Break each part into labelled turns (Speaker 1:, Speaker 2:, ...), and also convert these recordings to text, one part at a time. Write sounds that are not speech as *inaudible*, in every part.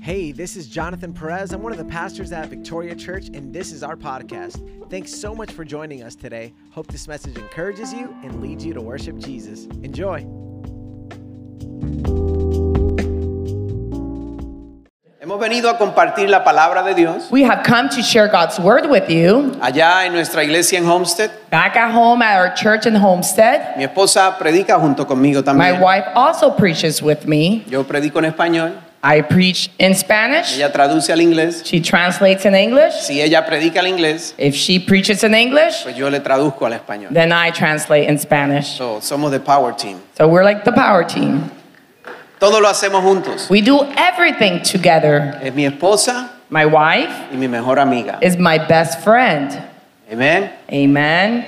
Speaker 1: Hey, this is Jonathan Perez. I'm one of the pastors at Victoria Church, and this is our podcast. Thanks so much for joining us today. Hope this message encourages you and leads you to worship Jesus. Enjoy.
Speaker 2: Hemos venido a compartir la palabra de Dios
Speaker 3: We have come to share God's word with you.
Speaker 2: allá en nuestra iglesia en Homestead.
Speaker 3: Back at home at our church in Homestead,
Speaker 2: Mi esposa predica junto conmigo
Speaker 3: my
Speaker 2: también.
Speaker 3: wife also preaches with me.
Speaker 2: Yo predico en español,
Speaker 3: I preach in Spanish.
Speaker 2: ella traduce al inglés.
Speaker 3: She translates in English.
Speaker 2: Si ella predica al inglés,
Speaker 3: If she preaches in English,
Speaker 2: pues yo le traduzco al español.
Speaker 3: then I translate in Spanish.
Speaker 2: So, somos de Power Team.
Speaker 3: So we're like the power team.
Speaker 2: Todo lo hacemos juntos.
Speaker 3: We do everything together.
Speaker 2: Es mi esposa
Speaker 3: My wife
Speaker 2: y mi mejor amiga.
Speaker 3: is my best friend.
Speaker 2: Amén.
Speaker 3: Amen.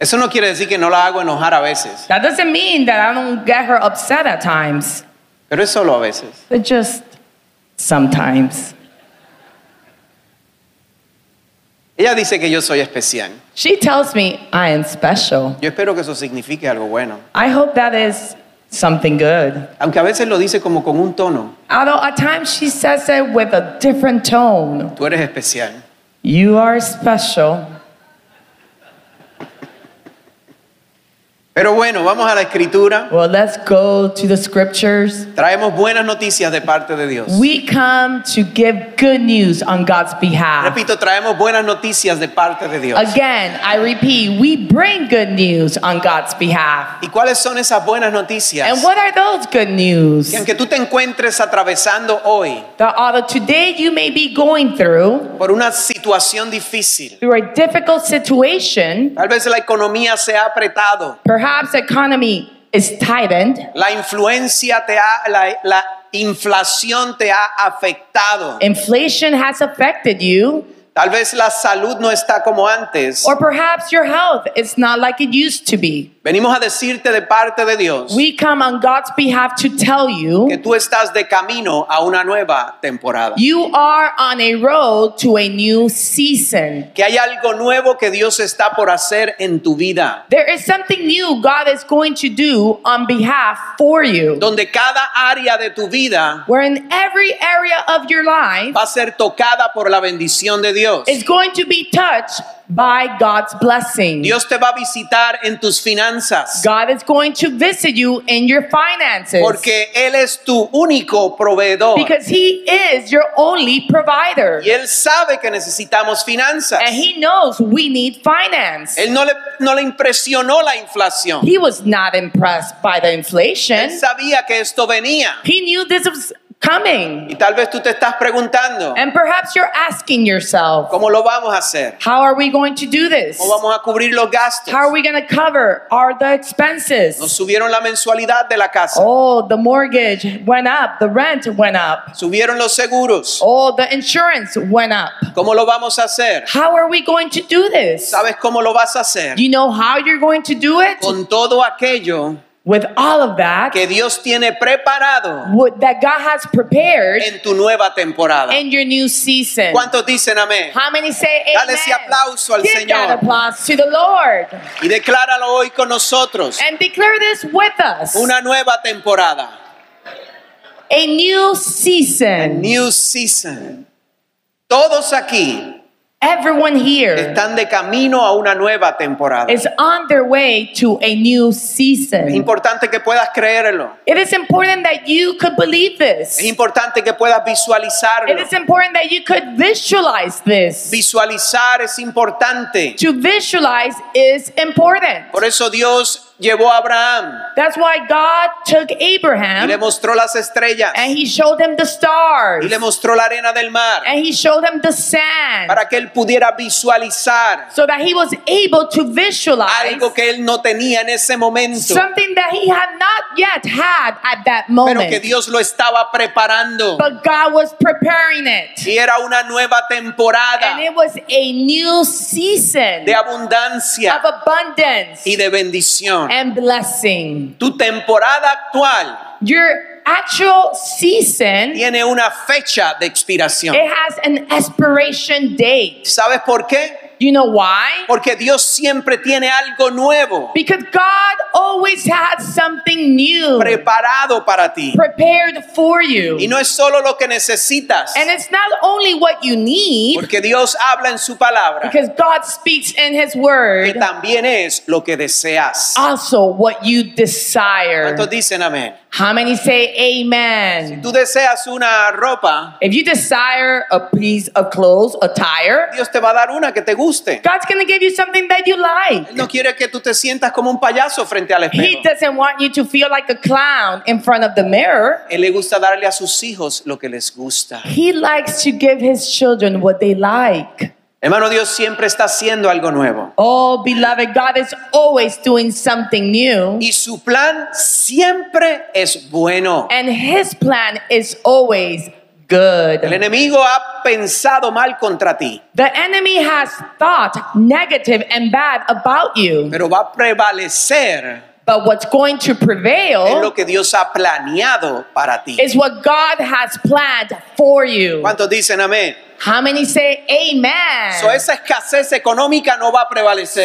Speaker 2: Eso no quiere decir que no la hago enojar a veces,
Speaker 3: That doesn't mean that I don't get her upset at times,
Speaker 2: pero es solo a veces.
Speaker 3: but just sometimes.
Speaker 2: Ella dice que yo soy especial.
Speaker 3: She tells me I am special.
Speaker 2: Yo espero que eso signifique algo bueno.
Speaker 3: I hope that is something good.
Speaker 2: Aunque a veces lo dice como con un tono.
Speaker 3: Although at times she says it with a different tone.
Speaker 2: Tú eres especial.
Speaker 3: You are special.
Speaker 2: Pero bueno, vamos a la escritura.
Speaker 3: Well, let's go to the scriptures.
Speaker 2: Traemos buenas noticias de parte de Dios.
Speaker 3: We come to give good news on God's behalf.
Speaker 2: Repito, traemos buenas noticias de parte de Dios.
Speaker 3: Again, I repeat, we bring good news on God's behalf.
Speaker 2: ¿Y cuáles son esas buenas noticias?
Speaker 3: And what are those good news?
Speaker 2: Que aunque tú te encuentres atravesando hoy
Speaker 3: That although today you may be going through
Speaker 2: por una situación difícil,
Speaker 3: through a difficult situation,
Speaker 2: tal vez la economía se ha apretado,
Speaker 3: perhaps economy is tightened,
Speaker 2: la influencia te ha, la, la inflación te ha afectado,
Speaker 3: Em- Inflation has affected you,
Speaker 2: tal vez la salud no está como antes.
Speaker 3: or perhaps your health is not like it used to be.
Speaker 2: Venimos a decirte de parte de Dios
Speaker 3: We come on God's behalf to tell
Speaker 2: que
Speaker 3: you
Speaker 2: tú estás de camino a una nueva temporada.
Speaker 3: you are on a road to a new season.
Speaker 2: que hay algo nuevo que Dios está por hacer en tu vida,
Speaker 3: There is something new God is going to do on behalf for you,
Speaker 2: donde cada área de tu vida
Speaker 3: where in every area of your life
Speaker 2: va a ser tocada por la bendición de Dios.
Speaker 3: is going to be touched by God's blessing.
Speaker 2: Dios te va a visitar en tus finanzas,
Speaker 3: God is going to visit you in your finances
Speaker 2: porque Él es tu único proveedor
Speaker 3: because He is your only provider.
Speaker 2: y Él sabe que necesitamos finanzas.
Speaker 3: And he knows we need finance.
Speaker 2: Él no le, no le impresionó la inflación,
Speaker 3: He was not impressed by the inflation.
Speaker 2: Él sabía que esto venía.
Speaker 3: He knew this was coming.
Speaker 2: Y tal vez tú te estás preguntando,
Speaker 3: And perhaps you're asking yourself,
Speaker 2: ¿cómo lo vamos a hacer?
Speaker 3: how are we going to do this?
Speaker 2: ¿Cómo vamos a cubrir los gastos?
Speaker 3: How are we going to cover are the
Speaker 2: Nos
Speaker 3: expenses?
Speaker 2: subieron la mensualidad de la casa,
Speaker 3: Oh, the mortgage went up, the rent went up.
Speaker 2: subieron los seguros.
Speaker 3: Oh, the insurance went up.
Speaker 2: ¿Cómo lo vamos a hacer?
Speaker 3: How are we going to do this?
Speaker 2: ¿Sabes cómo lo vas a hacer?
Speaker 3: You know how you're going to do it?
Speaker 2: Con todo aquello
Speaker 3: With all of that
Speaker 2: que Dios tiene preparado
Speaker 3: what, that God has prepared
Speaker 2: en tu nueva temporada.
Speaker 3: in your new season.
Speaker 2: ¿Cuántos dicen amén?
Speaker 3: How many say amen?
Speaker 2: Dale ese aplauso al
Speaker 3: Give that
Speaker 2: Señor
Speaker 3: applause to the Lord
Speaker 2: y decláralo hoy con nosotros.
Speaker 3: and declare this with us.
Speaker 2: Una nueva temporada.
Speaker 3: a new season.
Speaker 2: New season. Todos aquí
Speaker 3: Everyone here
Speaker 2: están de camino a una nueva temporada. Es
Speaker 3: is on their way to a new season.
Speaker 2: importante que puedas creerlo.
Speaker 3: It is important that you could believe this.
Speaker 2: Es importante que puedas
Speaker 3: It
Speaker 2: visualizarlo.
Speaker 3: is important that you could visualize this.
Speaker 2: Visualizar es importante.
Speaker 3: To visualize is important.
Speaker 2: Por eso Dios llevó a Abraham
Speaker 3: That's why God took
Speaker 2: y le
Speaker 3: Abraham
Speaker 2: mostró las estrellas
Speaker 3: and he showed him the stars
Speaker 2: y le mostró la arena del mar
Speaker 3: and he showed him the sand.
Speaker 2: para que él pudiera visualizar
Speaker 3: so that he was able to visualize
Speaker 2: algo que él no tenía en ese momento,
Speaker 3: something that he had not yet had at that
Speaker 2: pero que
Speaker 3: moment.
Speaker 2: Dios lo estaba preparando
Speaker 3: But God was preparing it.
Speaker 2: y era una nueva temporada
Speaker 3: And it was a new season
Speaker 2: de
Speaker 3: of
Speaker 2: abundancia
Speaker 3: abundance
Speaker 2: y de bendición.
Speaker 3: and blessing.
Speaker 2: Tu temporada actual
Speaker 3: Your actual season,
Speaker 2: tiene
Speaker 3: Eh.
Speaker 2: una fecha de expiración.
Speaker 3: it has an expiration date.
Speaker 2: ¿Sabes por qué?
Speaker 3: You know why?
Speaker 2: Porque Dios siempre tiene algo nuevo
Speaker 3: Because God always has something new
Speaker 2: preparado para ti.
Speaker 3: prepared for you.
Speaker 2: Y no es solo lo que necesitas,
Speaker 3: And it's not only what you need,
Speaker 2: porque Dios habla en su palabra,
Speaker 3: because God speaks in His
Speaker 2: que
Speaker 3: Word,
Speaker 2: también es lo que deseas.
Speaker 3: also what you desire.
Speaker 2: ¿Cuántos dicen amén?
Speaker 3: How many say amen?
Speaker 2: Tú deseas una ropa,
Speaker 3: If you desire a piece of clothes, attire,
Speaker 2: Dios te va a dar una que te guste.
Speaker 3: God's gonna give you something that you like.
Speaker 2: Él no quiere que tú te sientas como un payaso frente al
Speaker 3: He
Speaker 2: espejo.
Speaker 3: doesn't want you to feel like a clown in front of the mirror.
Speaker 2: Él le gusta darle a sus hijos lo que les gusta.
Speaker 3: He likes to give his children what they like.
Speaker 2: Hermano, Dios siempre está haciendo algo nuevo.
Speaker 3: Oh, beloved, God is always doing something new,
Speaker 2: Y su plan siempre es bueno.
Speaker 3: and his plan is always
Speaker 2: El
Speaker 3: good.
Speaker 2: enemigo ha pensado mal contra ti,
Speaker 3: The enemy has thought negative and bad about you,
Speaker 2: pero va a prevalecer
Speaker 3: but what's going to
Speaker 2: en lo
Speaker 3: prevail
Speaker 2: que Dios ha planeado para ti.
Speaker 3: is what God has planned for you.
Speaker 2: ¿Cuántos dicen amén?
Speaker 3: How many say amen?
Speaker 2: So, esa escasez económica no va a
Speaker 3: Ah. So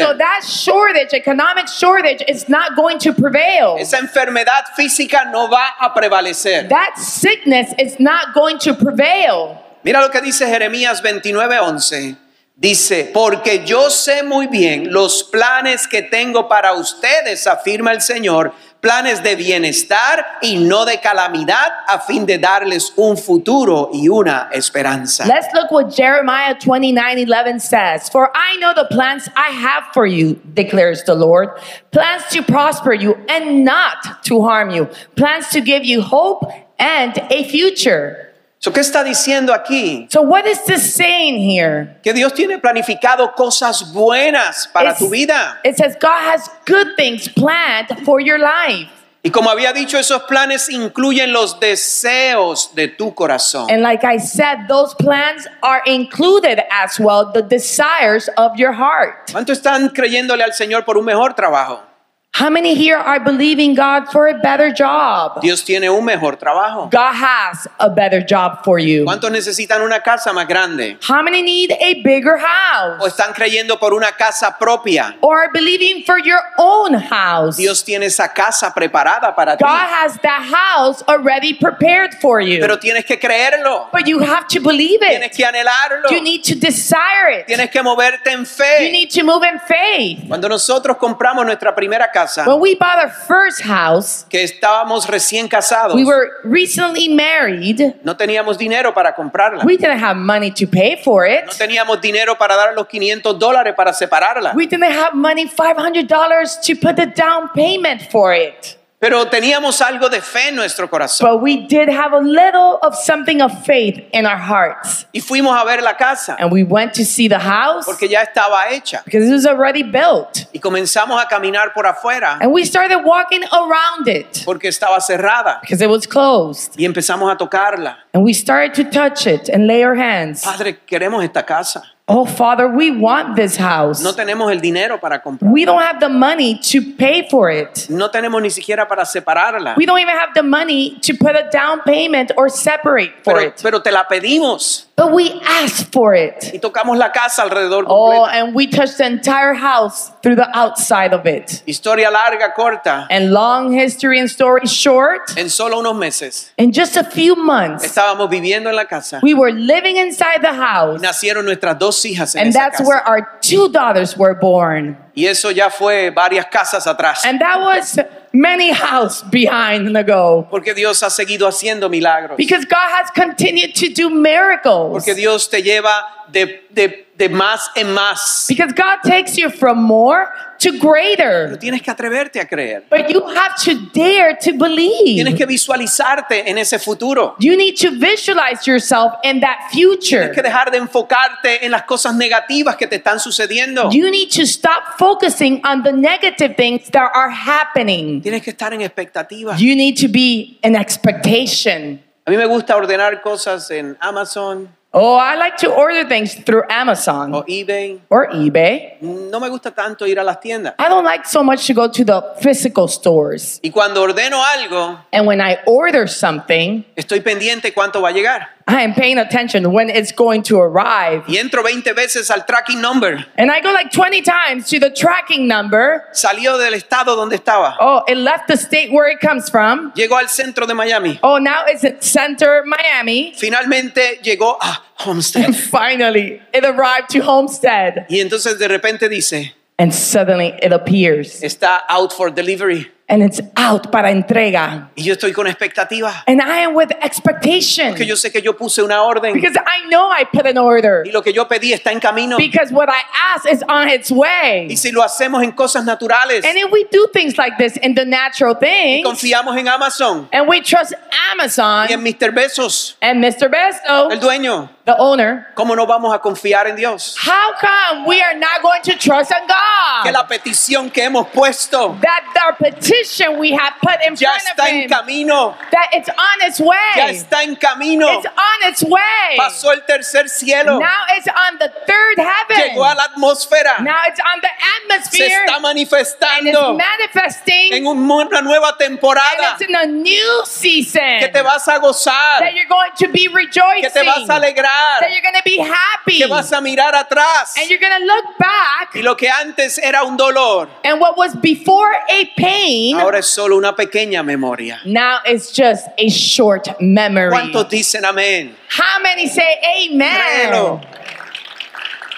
Speaker 2: prevalecer.
Speaker 3: that shortage, economic shortage, is not going to prevail.
Speaker 2: Esa enfermedad física no va a prevalecer.
Speaker 3: That sickness is not going to prevail.
Speaker 2: Mira lo que dice Jeremías 29:11. Dice, porque yo sé muy bien los planes que tengo para ustedes, afirma el Señor, planes de bienestar y no de calamidad, a fin de darles un futuro y una esperanza.
Speaker 3: Let's look what Jeremiah 29 11 says. For I know the plans I have for you, declares the Lord. Plans to prosper you and not to harm you. Plans to give you hope and a future.
Speaker 2: So, ¿Qué está diciendo aquí?
Speaker 3: So, what is this saying here?
Speaker 2: Que Dios tiene planificado cosas buenas para
Speaker 3: It's-
Speaker 2: tu vida.
Speaker 3: It says God has good things planned for your life.
Speaker 2: Y como había dicho, esos planes incluyen los deseos de tu corazón.
Speaker 3: And like I said, those plans are included as well, the desires of your heart.
Speaker 2: ¿Cuánto están creyéndole al Señor por un mejor trabajo?
Speaker 3: How many here are believing God for a better job?
Speaker 2: Dios tiene un mejor trabajo.
Speaker 3: God has a better job for you.
Speaker 2: ¿Cuántos necesitan una casa más grande?
Speaker 3: How many need a bigger
Speaker 2: ¿O
Speaker 3: house
Speaker 2: están creyendo por una casa propia?
Speaker 3: or are believing for your own house?
Speaker 2: Dios tiene esa casa preparada para ti.
Speaker 3: God has that house already prepared for you.
Speaker 2: Pero tienes que creerlo.
Speaker 3: But you have to believe
Speaker 2: Tienes
Speaker 3: it.
Speaker 2: que anhelarlo.
Speaker 3: You need to desire it.
Speaker 2: Tienes que moverte en
Speaker 3: You
Speaker 2: fe.
Speaker 3: need to move in faith.
Speaker 2: Cuando nosotros compramos nuestra primera casa,
Speaker 3: When we bought our first house,
Speaker 2: que estábamos recién casados,
Speaker 3: we were recently married.
Speaker 2: no teníamos dinero para comprarla.
Speaker 3: We didn't have money to pay for it.
Speaker 2: No teníamos dinero para dar los 500 dólares para separarla.
Speaker 3: We didn't have money, $500, to put the down payment for it.
Speaker 2: Pero teníamos algo de fe en nuestro corazón.
Speaker 3: But we did have a little of something of faith in our hearts.
Speaker 2: Y fuimos a ver la casa,
Speaker 3: And we went to see the house
Speaker 2: porque ya estaba hecha.
Speaker 3: because it was already built.
Speaker 2: Y comenzamos a caminar por afuera
Speaker 3: And we started walking around it
Speaker 2: porque estaba cerrada.
Speaker 3: because it was closed.
Speaker 2: Y empezamos a tocarla.
Speaker 3: And we started to touch it and lay our hands.
Speaker 2: Padre, queremos esta casa.
Speaker 3: Oh, Father, we want this house.
Speaker 2: No tenemos el dinero para comprar.
Speaker 3: We don't have the money to pay for it.
Speaker 2: No tenemos ni siquiera para separarla.
Speaker 3: We don't even have the money to put a down payment or separate for
Speaker 2: Pero,
Speaker 3: it.
Speaker 2: pero te la pedimos.
Speaker 3: But we asked for it.
Speaker 2: Y tocamos la casa alrededor
Speaker 3: Oh,
Speaker 2: completa.
Speaker 3: and we touched the entire house through the outside of it.
Speaker 2: Historia larga, corta.
Speaker 3: And long history and story short,
Speaker 2: En solo unos meses
Speaker 3: in just a few months,
Speaker 2: estábamos viviendo en la casa.
Speaker 3: we were living inside the house.
Speaker 2: Nacieron nuestras dos hijas en
Speaker 3: And
Speaker 2: esa
Speaker 3: that's where
Speaker 2: casa.
Speaker 3: our two daughters were born.
Speaker 2: Y eso ya fue varias casas atrás.
Speaker 3: And that was many house behind ago.
Speaker 2: Porque Dios ha seguido haciendo milagros.
Speaker 3: Because God has continued to do miracles.
Speaker 2: Porque Dios te lleva de, de- de más en más.
Speaker 3: Because God takes you from more to
Speaker 2: Pero
Speaker 3: greater.
Speaker 2: tienes que atreverte a creer.
Speaker 3: But you have to dare to
Speaker 2: Tienes
Speaker 3: believe.
Speaker 2: que visualizarte en ese futuro.
Speaker 3: You need to visualize yourself in that future.
Speaker 2: Tienes que dejar de enfocarte en las cosas negativas que te están sucediendo.
Speaker 3: You need to stop focusing on the negative things that are happening.
Speaker 2: Tienes que estar en expectativa.
Speaker 3: You need to be in expectation.
Speaker 2: A mí me gusta ordenar cosas en Amazon
Speaker 3: Oh, I like to order things through Amazon
Speaker 2: o eBay.
Speaker 3: or eBay.
Speaker 2: No me gusta tanto ir a las tiendas.
Speaker 3: I don't like so much to go to the physical stores.
Speaker 2: Y cuando ordeno algo,
Speaker 3: And when I order something,
Speaker 2: estoy pendiente cuánto va a llegar.
Speaker 3: I am paying attention when it's going to arrive.
Speaker 2: Y entro 20 veces al tracking number.
Speaker 3: And I go like 20 times to the tracking number.
Speaker 2: Salió del estado donde estaba.
Speaker 3: Oh, it left the state where it comes from.
Speaker 2: Llegó al centro de Miami.
Speaker 3: Oh, now it's at center Miami.
Speaker 2: Finalmente llegó a Homestead.
Speaker 3: And *laughs* finally, it arrived to Homestead.
Speaker 2: Y entonces de repente dice,
Speaker 3: And suddenly it appears.
Speaker 2: está out for delivery.
Speaker 3: And it's out para entrega.
Speaker 2: Y yo estoy con expectativa.
Speaker 3: And I am with expectation.
Speaker 2: Que yo sé que yo puse una orden.
Speaker 3: Because I know I put an order.
Speaker 2: Y lo que yo pedí está en camino.
Speaker 3: Because what I ask is on its way.
Speaker 2: Y si lo hacemos en cosas naturales,
Speaker 3: And if we do things like this in the natural
Speaker 2: y
Speaker 3: thing,
Speaker 2: confiamos en Amazon
Speaker 3: and we trust
Speaker 2: y en
Speaker 3: Amazon
Speaker 2: Mr. Besos,
Speaker 3: and Mr.
Speaker 2: el
Speaker 3: Besto,
Speaker 2: dueño,
Speaker 3: the owner,
Speaker 2: ¿cómo no vamos a confiar en Dios?
Speaker 3: how come we are not going to trust on
Speaker 2: Que
Speaker 3: God?
Speaker 2: la petición que hemos puesto
Speaker 3: That the petition we have put in
Speaker 2: ya
Speaker 3: front of
Speaker 2: está en
Speaker 3: Him,
Speaker 2: camino,
Speaker 3: that it's on its
Speaker 2: ya
Speaker 3: way.
Speaker 2: está en camino.
Speaker 3: It's on its way.
Speaker 2: Pasó el tercer cielo,
Speaker 3: Now it's on the third heaven.
Speaker 2: llegó a la atmósfera,
Speaker 3: Now it's on the
Speaker 2: se
Speaker 3: atmosphere.
Speaker 2: está
Speaker 3: And it's
Speaker 2: manifestando
Speaker 3: manifesting.
Speaker 2: en un- una nueva temporada
Speaker 3: and it's in a new season.
Speaker 2: que te vas a
Speaker 3: that
Speaker 2: gozar,
Speaker 3: you're going to be rejoicing.
Speaker 2: que te vas a
Speaker 3: that
Speaker 2: alegrar,
Speaker 3: you're going to be happy.
Speaker 2: que vas a mirar atrás.
Speaker 3: and you're going to look back.
Speaker 2: Y lo que antes era un dolor,
Speaker 3: And what was before a pain,
Speaker 2: ahora es solo una pequeña memoria.
Speaker 3: now it's just a short memory.
Speaker 2: ¿Cuántos dicen amén?
Speaker 3: How many say amen?
Speaker 2: Créelo.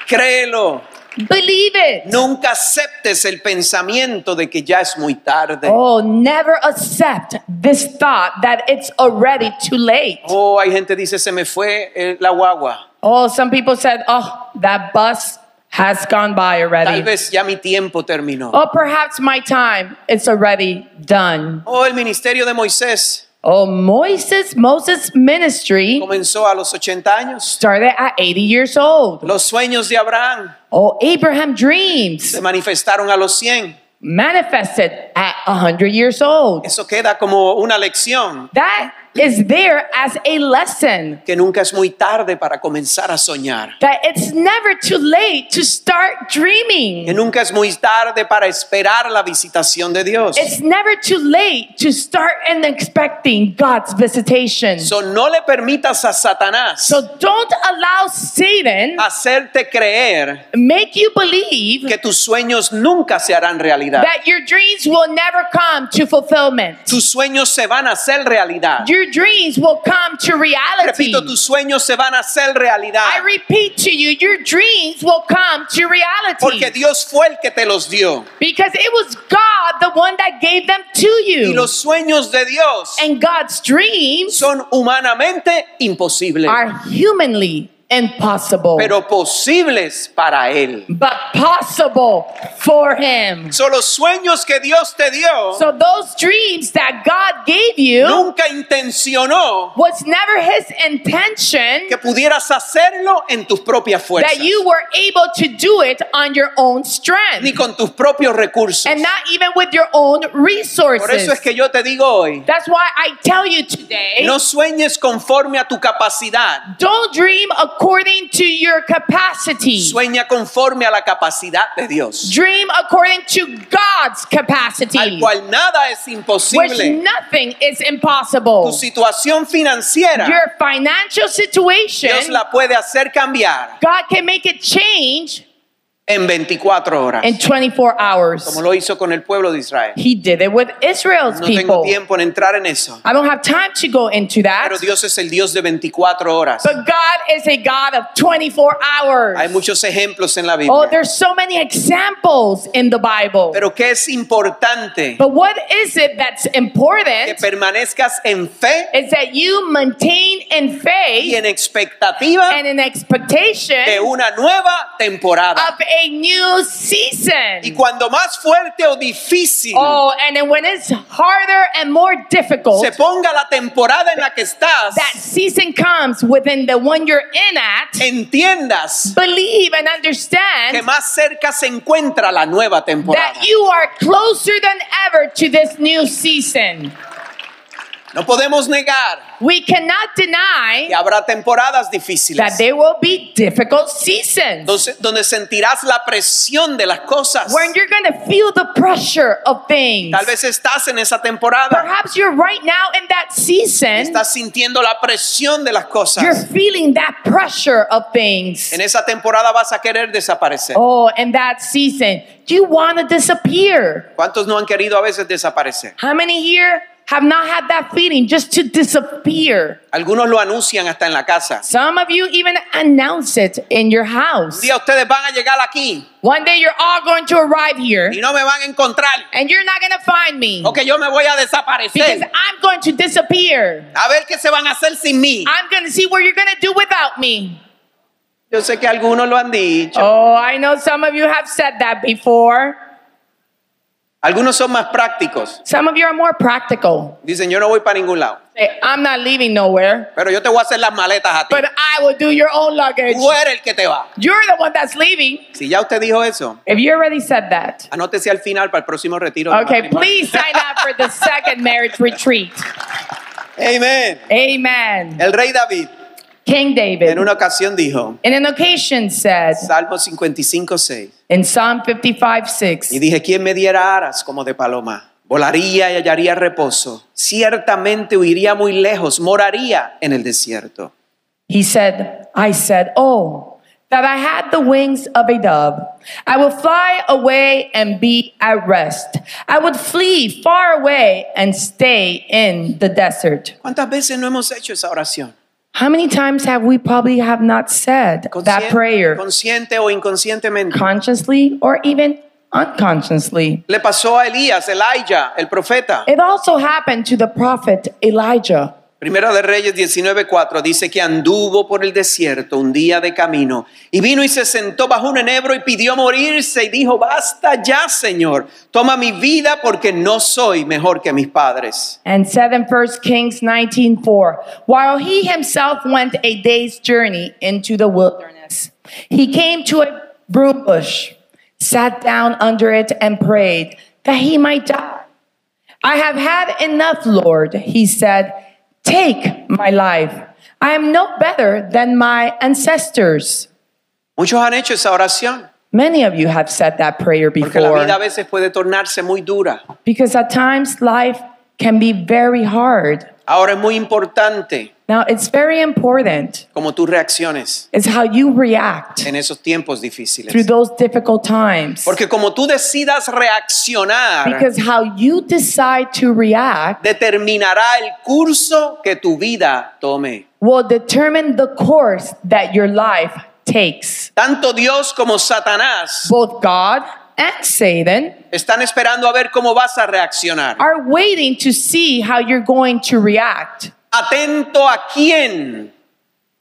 Speaker 2: Créelo.
Speaker 3: Believe it.
Speaker 2: Nunca aceptes el pensamiento de que ya es muy tarde.
Speaker 3: Oh, never accept this thought that it's already too late.
Speaker 2: Oh, hay gente que dice, se me fue eh, la guagua.
Speaker 3: Oh, some people said, oh, that bus has gone by
Speaker 2: Tal
Speaker 3: already.
Speaker 2: vez ya mi tiempo terminó.
Speaker 3: Oh, perhaps my time is already done.
Speaker 2: Oh, el ministerio de Moisés
Speaker 3: Oh, Moses, Moses' ministry
Speaker 2: comenzó a los 80 años.
Speaker 3: started at 80 years old.
Speaker 2: Los sueños de Abraham
Speaker 3: Oh, Abraham dreams
Speaker 2: se manifestaron a los 100.
Speaker 3: manifested at 100 years old.
Speaker 2: Eso queda como una lección,
Speaker 3: That is there as a lesson
Speaker 2: que nunca es muy tarde para comenzar a soñar.
Speaker 3: that it's never too late to start
Speaker 2: Que
Speaker 3: dreaming.
Speaker 2: nunca es muy tarde para esperar la visitación de Dios.
Speaker 3: It's never too late to start and expecting God's visitation.
Speaker 2: So, no le permitas a Satanás
Speaker 3: So don't allow Satan
Speaker 2: Ah. hacerte creer
Speaker 3: make you believe
Speaker 2: que tus sueños nunca se harán realidad.
Speaker 3: that your dreams will never come to fulfillment.
Speaker 2: Tus sueños se van a hacer realidad.
Speaker 3: Your dreams will come to reality.
Speaker 2: Repito, tus sueños se van a hacer realidad.
Speaker 3: I repeat to you, your dreams will come to
Speaker 2: Porque
Speaker 3: reality.
Speaker 2: Dios fue el que te los dio.
Speaker 3: Because it was God the one that gave them to
Speaker 2: Y
Speaker 3: you.
Speaker 2: los sueños de Dios
Speaker 3: And God's dreams
Speaker 2: son humanamente imposibles,
Speaker 3: are humanly impossible,
Speaker 2: pero posibles para Él.
Speaker 3: but possible for Him.
Speaker 2: Son los sueños que Dios te dio.
Speaker 3: So those dreams that God gave you
Speaker 2: Nunca intencionó
Speaker 3: was never His intention
Speaker 2: que pudieras hacerlo en tus propias fuerzas,
Speaker 3: that you were able to do it on your own
Speaker 2: ni
Speaker 3: strength
Speaker 2: con tus propios recursos.
Speaker 3: and not even with your own
Speaker 2: Por eso es
Speaker 3: resources.
Speaker 2: que yo te digo hoy,
Speaker 3: That's why I tell you today
Speaker 2: no sueñes conforme a tu capacidad,
Speaker 3: don't dream according to your capacity.
Speaker 2: sueña conforme a la capacidad de Dios,
Speaker 3: Dream according to God's
Speaker 2: al
Speaker 3: capacity,
Speaker 2: cual nada es
Speaker 3: which
Speaker 2: imposible.
Speaker 3: nothing is
Speaker 2: Tu
Speaker 3: impossible.
Speaker 2: situación financiera,
Speaker 3: Your financial situation,
Speaker 2: Dios la puede hacer cambiar
Speaker 3: God can make it change
Speaker 2: en 24 horas,
Speaker 3: in 24 hours.
Speaker 2: como lo hizo con el pueblo de Israel.
Speaker 3: He did it with Israel's
Speaker 2: No tengo
Speaker 3: people.
Speaker 2: tiempo en entrar en eso,
Speaker 3: I don't have time to go into that.
Speaker 2: pero Dios es el Dios de 24 horas.
Speaker 3: But God is a God of 24 hours.
Speaker 2: Hay muchos ejemplos en la
Speaker 3: oh,
Speaker 2: Biblia,
Speaker 3: there's so many examples in the Bible.
Speaker 2: pero que es importante
Speaker 3: but what is it that's
Speaker 2: que
Speaker 3: important
Speaker 2: permanezcas en fe
Speaker 3: is that you maintain in
Speaker 2: y
Speaker 3: faith
Speaker 2: en expectativa
Speaker 3: and in expectation
Speaker 2: de una nueva temporada.
Speaker 3: of a new season.
Speaker 2: Y cuando más fuerte o difícil
Speaker 3: Oh, and then when it's harder and more difficult,
Speaker 2: se ponga la temporada en la que estás,
Speaker 3: that season comes within the one you're in at,
Speaker 2: entiendas
Speaker 3: believe and
Speaker 2: que
Speaker 3: understand
Speaker 2: más cerca se encuentra la nueva temporada.
Speaker 3: that you are closer than ever to this new season.
Speaker 2: No podemos negar
Speaker 3: We cannot deny
Speaker 2: que habrá temporadas
Speaker 3: that
Speaker 2: difíciles
Speaker 3: there will be difficult seasons
Speaker 2: donde, donde sentirás la presión de las cosas.
Speaker 3: when you're going to feel the pressure of things.
Speaker 2: Tal vez estás en esa temporada.
Speaker 3: Perhaps you're right now in that season.
Speaker 2: Estás sintiendo la presión de las
Speaker 3: You're
Speaker 2: cosas.
Speaker 3: feeling that pressure of things.
Speaker 2: En esa temporada vas a querer desaparecer.
Speaker 3: Oh, in that season, do you want to disappear?
Speaker 2: ¿Cuántos no han querido a veces desaparecer?
Speaker 3: How many here have not had that feeling just to disappear?
Speaker 2: Algunos lo anuncian hasta en la casa.
Speaker 3: Some of you even announce it in your
Speaker 2: Un
Speaker 3: house.
Speaker 2: día ustedes van a llegar aquí
Speaker 3: One day you're all going to arrive here
Speaker 2: y no me van a encontrar.
Speaker 3: and you're not going to find me
Speaker 2: O que yo me voy a
Speaker 3: because
Speaker 2: desaparecer.
Speaker 3: I'm going to disappear.
Speaker 2: A ver qué se van a hacer sin mí.
Speaker 3: I'm going to see what you're going to do without me.
Speaker 2: Yo sé que algunos lo han dicho.
Speaker 3: Oh, I know some of you have said that before.
Speaker 2: Algunos son más prácticos.
Speaker 3: Some of you are more practical.
Speaker 2: Dicen, yo no voy para ningún lado.
Speaker 3: Say, I'm not leaving nowhere,
Speaker 2: Pero yo te voy a hacer las maletas a ti.
Speaker 3: but I will do your own luggage.
Speaker 2: Tú eres el que te va.
Speaker 3: You're the one that's leaving.
Speaker 2: Si ya usted dijo eso,
Speaker 3: If you already said that,
Speaker 2: anótese al final para el próximo retiro. de
Speaker 3: okay,
Speaker 2: matrimonio.
Speaker 3: please sign up for the second marriage retreat.
Speaker 2: Amén.
Speaker 3: Amen.
Speaker 2: El rey David
Speaker 3: King David,
Speaker 2: en una ocasión dijo,
Speaker 3: in an occasion, said
Speaker 2: Salmo 55, 6.
Speaker 3: in Psalm 55 6,
Speaker 2: Y dije, ¿quién me diera aras como de paloma? Volaría y hallaría reposo. Ciertamente huiría muy lejos, moraría en el desierto.
Speaker 3: he said, I said, Oh, that I had the wings of a dove. I would fly away and be at rest. I would flee far away and stay in the desert.
Speaker 2: ¿Cuántas veces no hemos hecho esa oración?
Speaker 3: How many times have we probably have not said that
Speaker 2: Conscien-
Speaker 3: prayer?
Speaker 2: Consciente o inconscientemente.
Speaker 3: consciously or even unconsciously.
Speaker 2: Le pasó a Elías, Elijah, el profeta.
Speaker 3: It also happened to the prophet Elijah.
Speaker 2: Primera de Reyes 19:4 dice que anduvo por el desierto un día de camino y vino y se sentó bajo un enebro y pidió morirse y dijo, basta ya, Señor, toma mi vida porque no soy mejor que mis padres.
Speaker 3: And said in 1 Kings 19:4, while he himself went a day's journey into the wilderness, he came to a broom bush, sat down under it, and prayed that he might die. I have had enough, Lord, he said. Take my life. I am no better than my ancestors.
Speaker 2: Muchos han hecho esa oración
Speaker 3: Many of you have said that prayer
Speaker 2: porque la
Speaker 3: before.
Speaker 2: vida a veces puede tornarse muy dura.
Speaker 3: Because at times life can be very hard.
Speaker 2: Ahora es muy importante
Speaker 3: Now, it's very important
Speaker 2: como tú reacciones
Speaker 3: is how you react
Speaker 2: en esos tiempos
Speaker 3: through
Speaker 2: difíciles.
Speaker 3: those difficult times.
Speaker 2: Porque como tú decidas reaccionar,
Speaker 3: Because how you decide to react
Speaker 2: determinará el curso que tu vida tome.
Speaker 3: will determine the course that your life takes.
Speaker 2: Tanto Dios como Satanás
Speaker 3: Both God and Satan
Speaker 2: están esperando a ver cómo vas a reaccionar.
Speaker 3: are waiting to see how you're going to react.
Speaker 2: Atento a quién.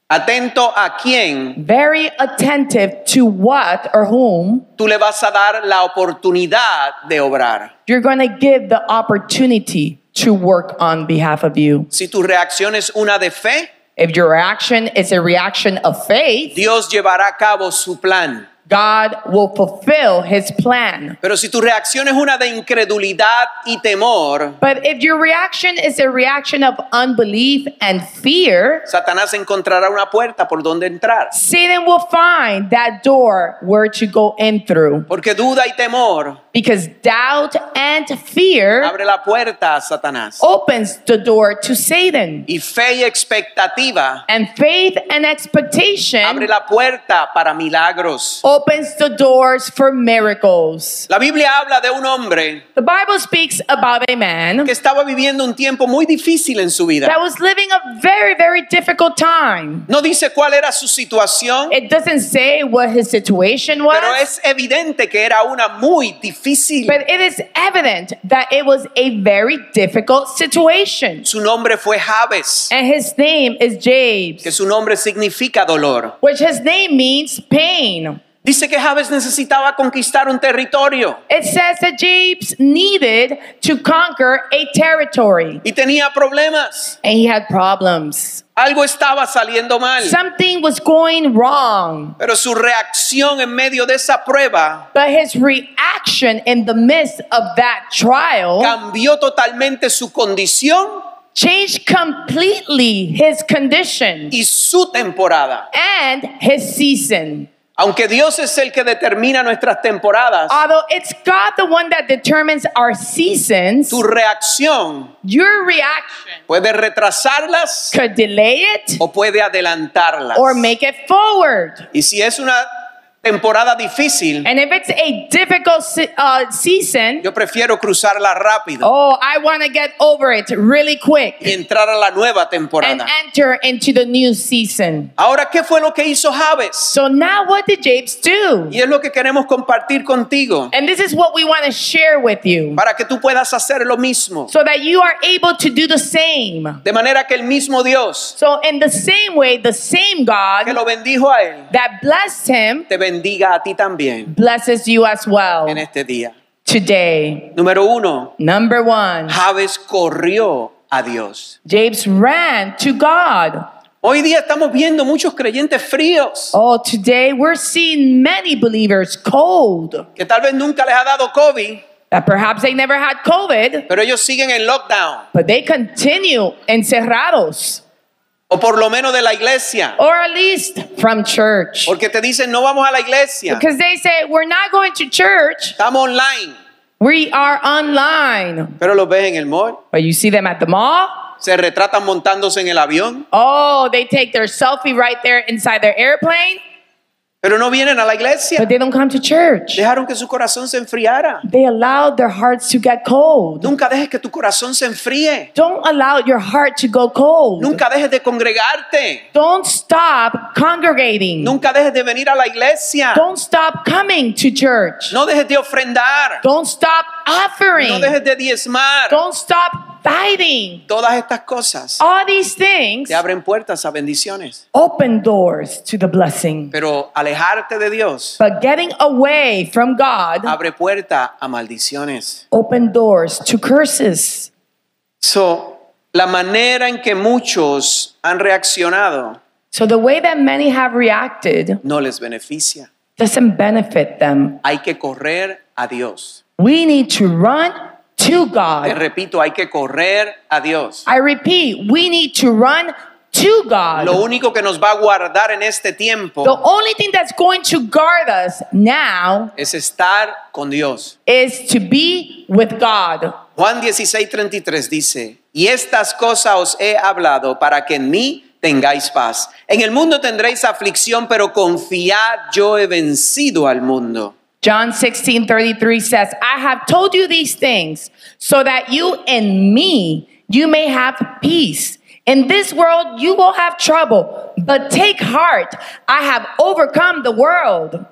Speaker 2: Atento a quién
Speaker 3: Very attentive to what or whom
Speaker 2: tú le vas a dar la oportunidad de obrar.
Speaker 3: you're going to give the opportunity to work on behalf of you.
Speaker 2: Si tu reacción es una de fe,
Speaker 3: If your reaction is a reaction of faith,
Speaker 2: Dios llevará a cabo su plan.
Speaker 3: God will fulfill his plan.
Speaker 2: Pero si tu reacción es una de incredulidad y temor,
Speaker 3: But if your reaction is a reaction of unbelief and fear,
Speaker 2: Satanás encontrará una puerta por donde entrar.
Speaker 3: Satan will find that door where to go in through.
Speaker 2: Porque duda y temor
Speaker 3: Because doubt and fear
Speaker 2: abre la puerta a Satanás.
Speaker 3: opens the door to Satan.
Speaker 2: Y fe y expectativa
Speaker 3: And faith and
Speaker 2: abre
Speaker 3: expectation
Speaker 2: la puerta para milagros.
Speaker 3: opens the doors for miracles.
Speaker 2: La Biblia habla de un hombre
Speaker 3: The Bible speaks about a man
Speaker 2: que estaba viviendo un tiempo muy difícil en su vida.
Speaker 3: that was living a very, very difficult time.
Speaker 2: No dice cuál era su situación,
Speaker 3: It doesn't say what his situation
Speaker 2: pero
Speaker 3: was,
Speaker 2: es evidente que era una muy difícil.
Speaker 3: but it is evident that it was a very difficult situation.
Speaker 2: Su nombre fue Jabes,
Speaker 3: And his name is
Speaker 2: que
Speaker 3: Jabes,
Speaker 2: su nombre significa dolor.
Speaker 3: which his name means pain.
Speaker 2: Dice que Jabes necesitaba conquistar un territorio
Speaker 3: It says that Jabes needed to conquer a territory,
Speaker 2: y tenía problemas.
Speaker 3: and he had problems.
Speaker 2: Algo estaba saliendo mal.
Speaker 3: Something was going wrong,
Speaker 2: Pero su reacción en medio de esa prueba
Speaker 3: but his reaction in the midst of that trial
Speaker 2: cambió totalmente su condición
Speaker 3: changed completely his condition
Speaker 2: y su temporada.
Speaker 3: and his season.
Speaker 2: Aunque Dios es el que determina nuestras temporadas,
Speaker 3: Although it's God the one that determines our seasons,
Speaker 2: tu reacción
Speaker 3: your reaction
Speaker 2: puede retrasarlas
Speaker 3: could delay it
Speaker 2: o puede adelantarlas.
Speaker 3: or make it forward.
Speaker 2: Y si es una temporada difícil,
Speaker 3: And if it's a difficult se- uh, season,
Speaker 2: yo prefiero cruzarla rápido
Speaker 3: oh, I want to get over it really quick
Speaker 2: y entrar a la nueva
Speaker 3: and
Speaker 2: temporada.
Speaker 3: enter into the new season.
Speaker 2: Ahora, ¿qué fue lo que hizo Javes?
Speaker 3: So now what did James do?
Speaker 2: Y es lo que queremos compartir contigo
Speaker 3: And this is what we want to share with you
Speaker 2: para que tú puedas hacer lo mismo.
Speaker 3: so that you are able to do the same.
Speaker 2: De manera que el mismo Dios
Speaker 3: So, in the same way, the same
Speaker 2: que
Speaker 3: God
Speaker 2: lo bendijo a él,
Speaker 3: that blessed him
Speaker 2: te bendiga a ti también
Speaker 3: blesses you as well
Speaker 2: en este día.
Speaker 3: today.
Speaker 2: Número uno,
Speaker 3: Number one,
Speaker 2: Javes corrió a Dios.
Speaker 3: James ran to God.
Speaker 2: Hoy día estamos viendo muchos creyentes fríos
Speaker 3: Oh, today we're seeing many believers cold.
Speaker 2: que tal vez nunca les ha dado COVID,
Speaker 3: That perhaps they never had COVID,
Speaker 2: pero ellos siguen en lockdown
Speaker 3: but they continue encerrados,
Speaker 2: o por lo menos de la iglesia,
Speaker 3: or at least from church.
Speaker 2: porque te dicen no vamos a la iglesia,
Speaker 3: Because they say, we're not going to church.
Speaker 2: estamos online,
Speaker 3: We are online.
Speaker 2: pero los ves en el mall,
Speaker 3: But you see them at the mall.
Speaker 2: se retratan montándose en el avión,
Speaker 3: Oh, they take their selfie right there inside their airplane,
Speaker 2: pero no vienen a la iglesia.
Speaker 3: but they don't come to church.
Speaker 2: Dejaron que su corazón se enfriara.
Speaker 3: They allowed their hearts to get cold.
Speaker 2: Nunca dejes que tu corazón se enfríe.
Speaker 3: Don't allow your heart to go cold.
Speaker 2: Nunca dejes de congregarte.
Speaker 3: Don't stop congregating.
Speaker 2: Nunca dejes de venir a la iglesia.
Speaker 3: Don't stop coming to church.
Speaker 2: No dejes de ofrendar.
Speaker 3: Don't stop offering.
Speaker 2: No dejes de diezmar.
Speaker 3: Don't stop fighting.
Speaker 2: Todas estas cosas
Speaker 3: All these things
Speaker 2: te abren puertas a bendiciones.
Speaker 3: open doors to the blessing.
Speaker 2: Pero alejarte de Dios
Speaker 3: But getting away from God
Speaker 2: abre puerta a maldiciones.
Speaker 3: open doors to curses.
Speaker 2: So, la manera en que muchos han reaccionado
Speaker 3: So the way that many have reacted
Speaker 2: no les beneficia.
Speaker 3: doesn't benefit them.
Speaker 2: Hay que correr a Dios.
Speaker 3: We need to run to
Speaker 2: Te
Speaker 3: God.
Speaker 2: repito, hay que correr a Dios.
Speaker 3: I repeat, we need to run to
Speaker 2: Lo
Speaker 3: God.
Speaker 2: único que nos va a guardar en este
Speaker 3: The
Speaker 2: tiempo
Speaker 3: only thing that's going to guard us now
Speaker 2: es estar con Dios.
Speaker 3: is to be with God.
Speaker 2: Juan 16:33 dice, y estas cosas os he hablado para que en mí tengáis paz. En el mundo tendréis aflicción, pero confiad, yo he vencido al mundo.
Speaker 3: John 16 33 says, I have told you these things so that you and me, you may have peace. In this world, you will have trouble, but take heart. I have overcome the world.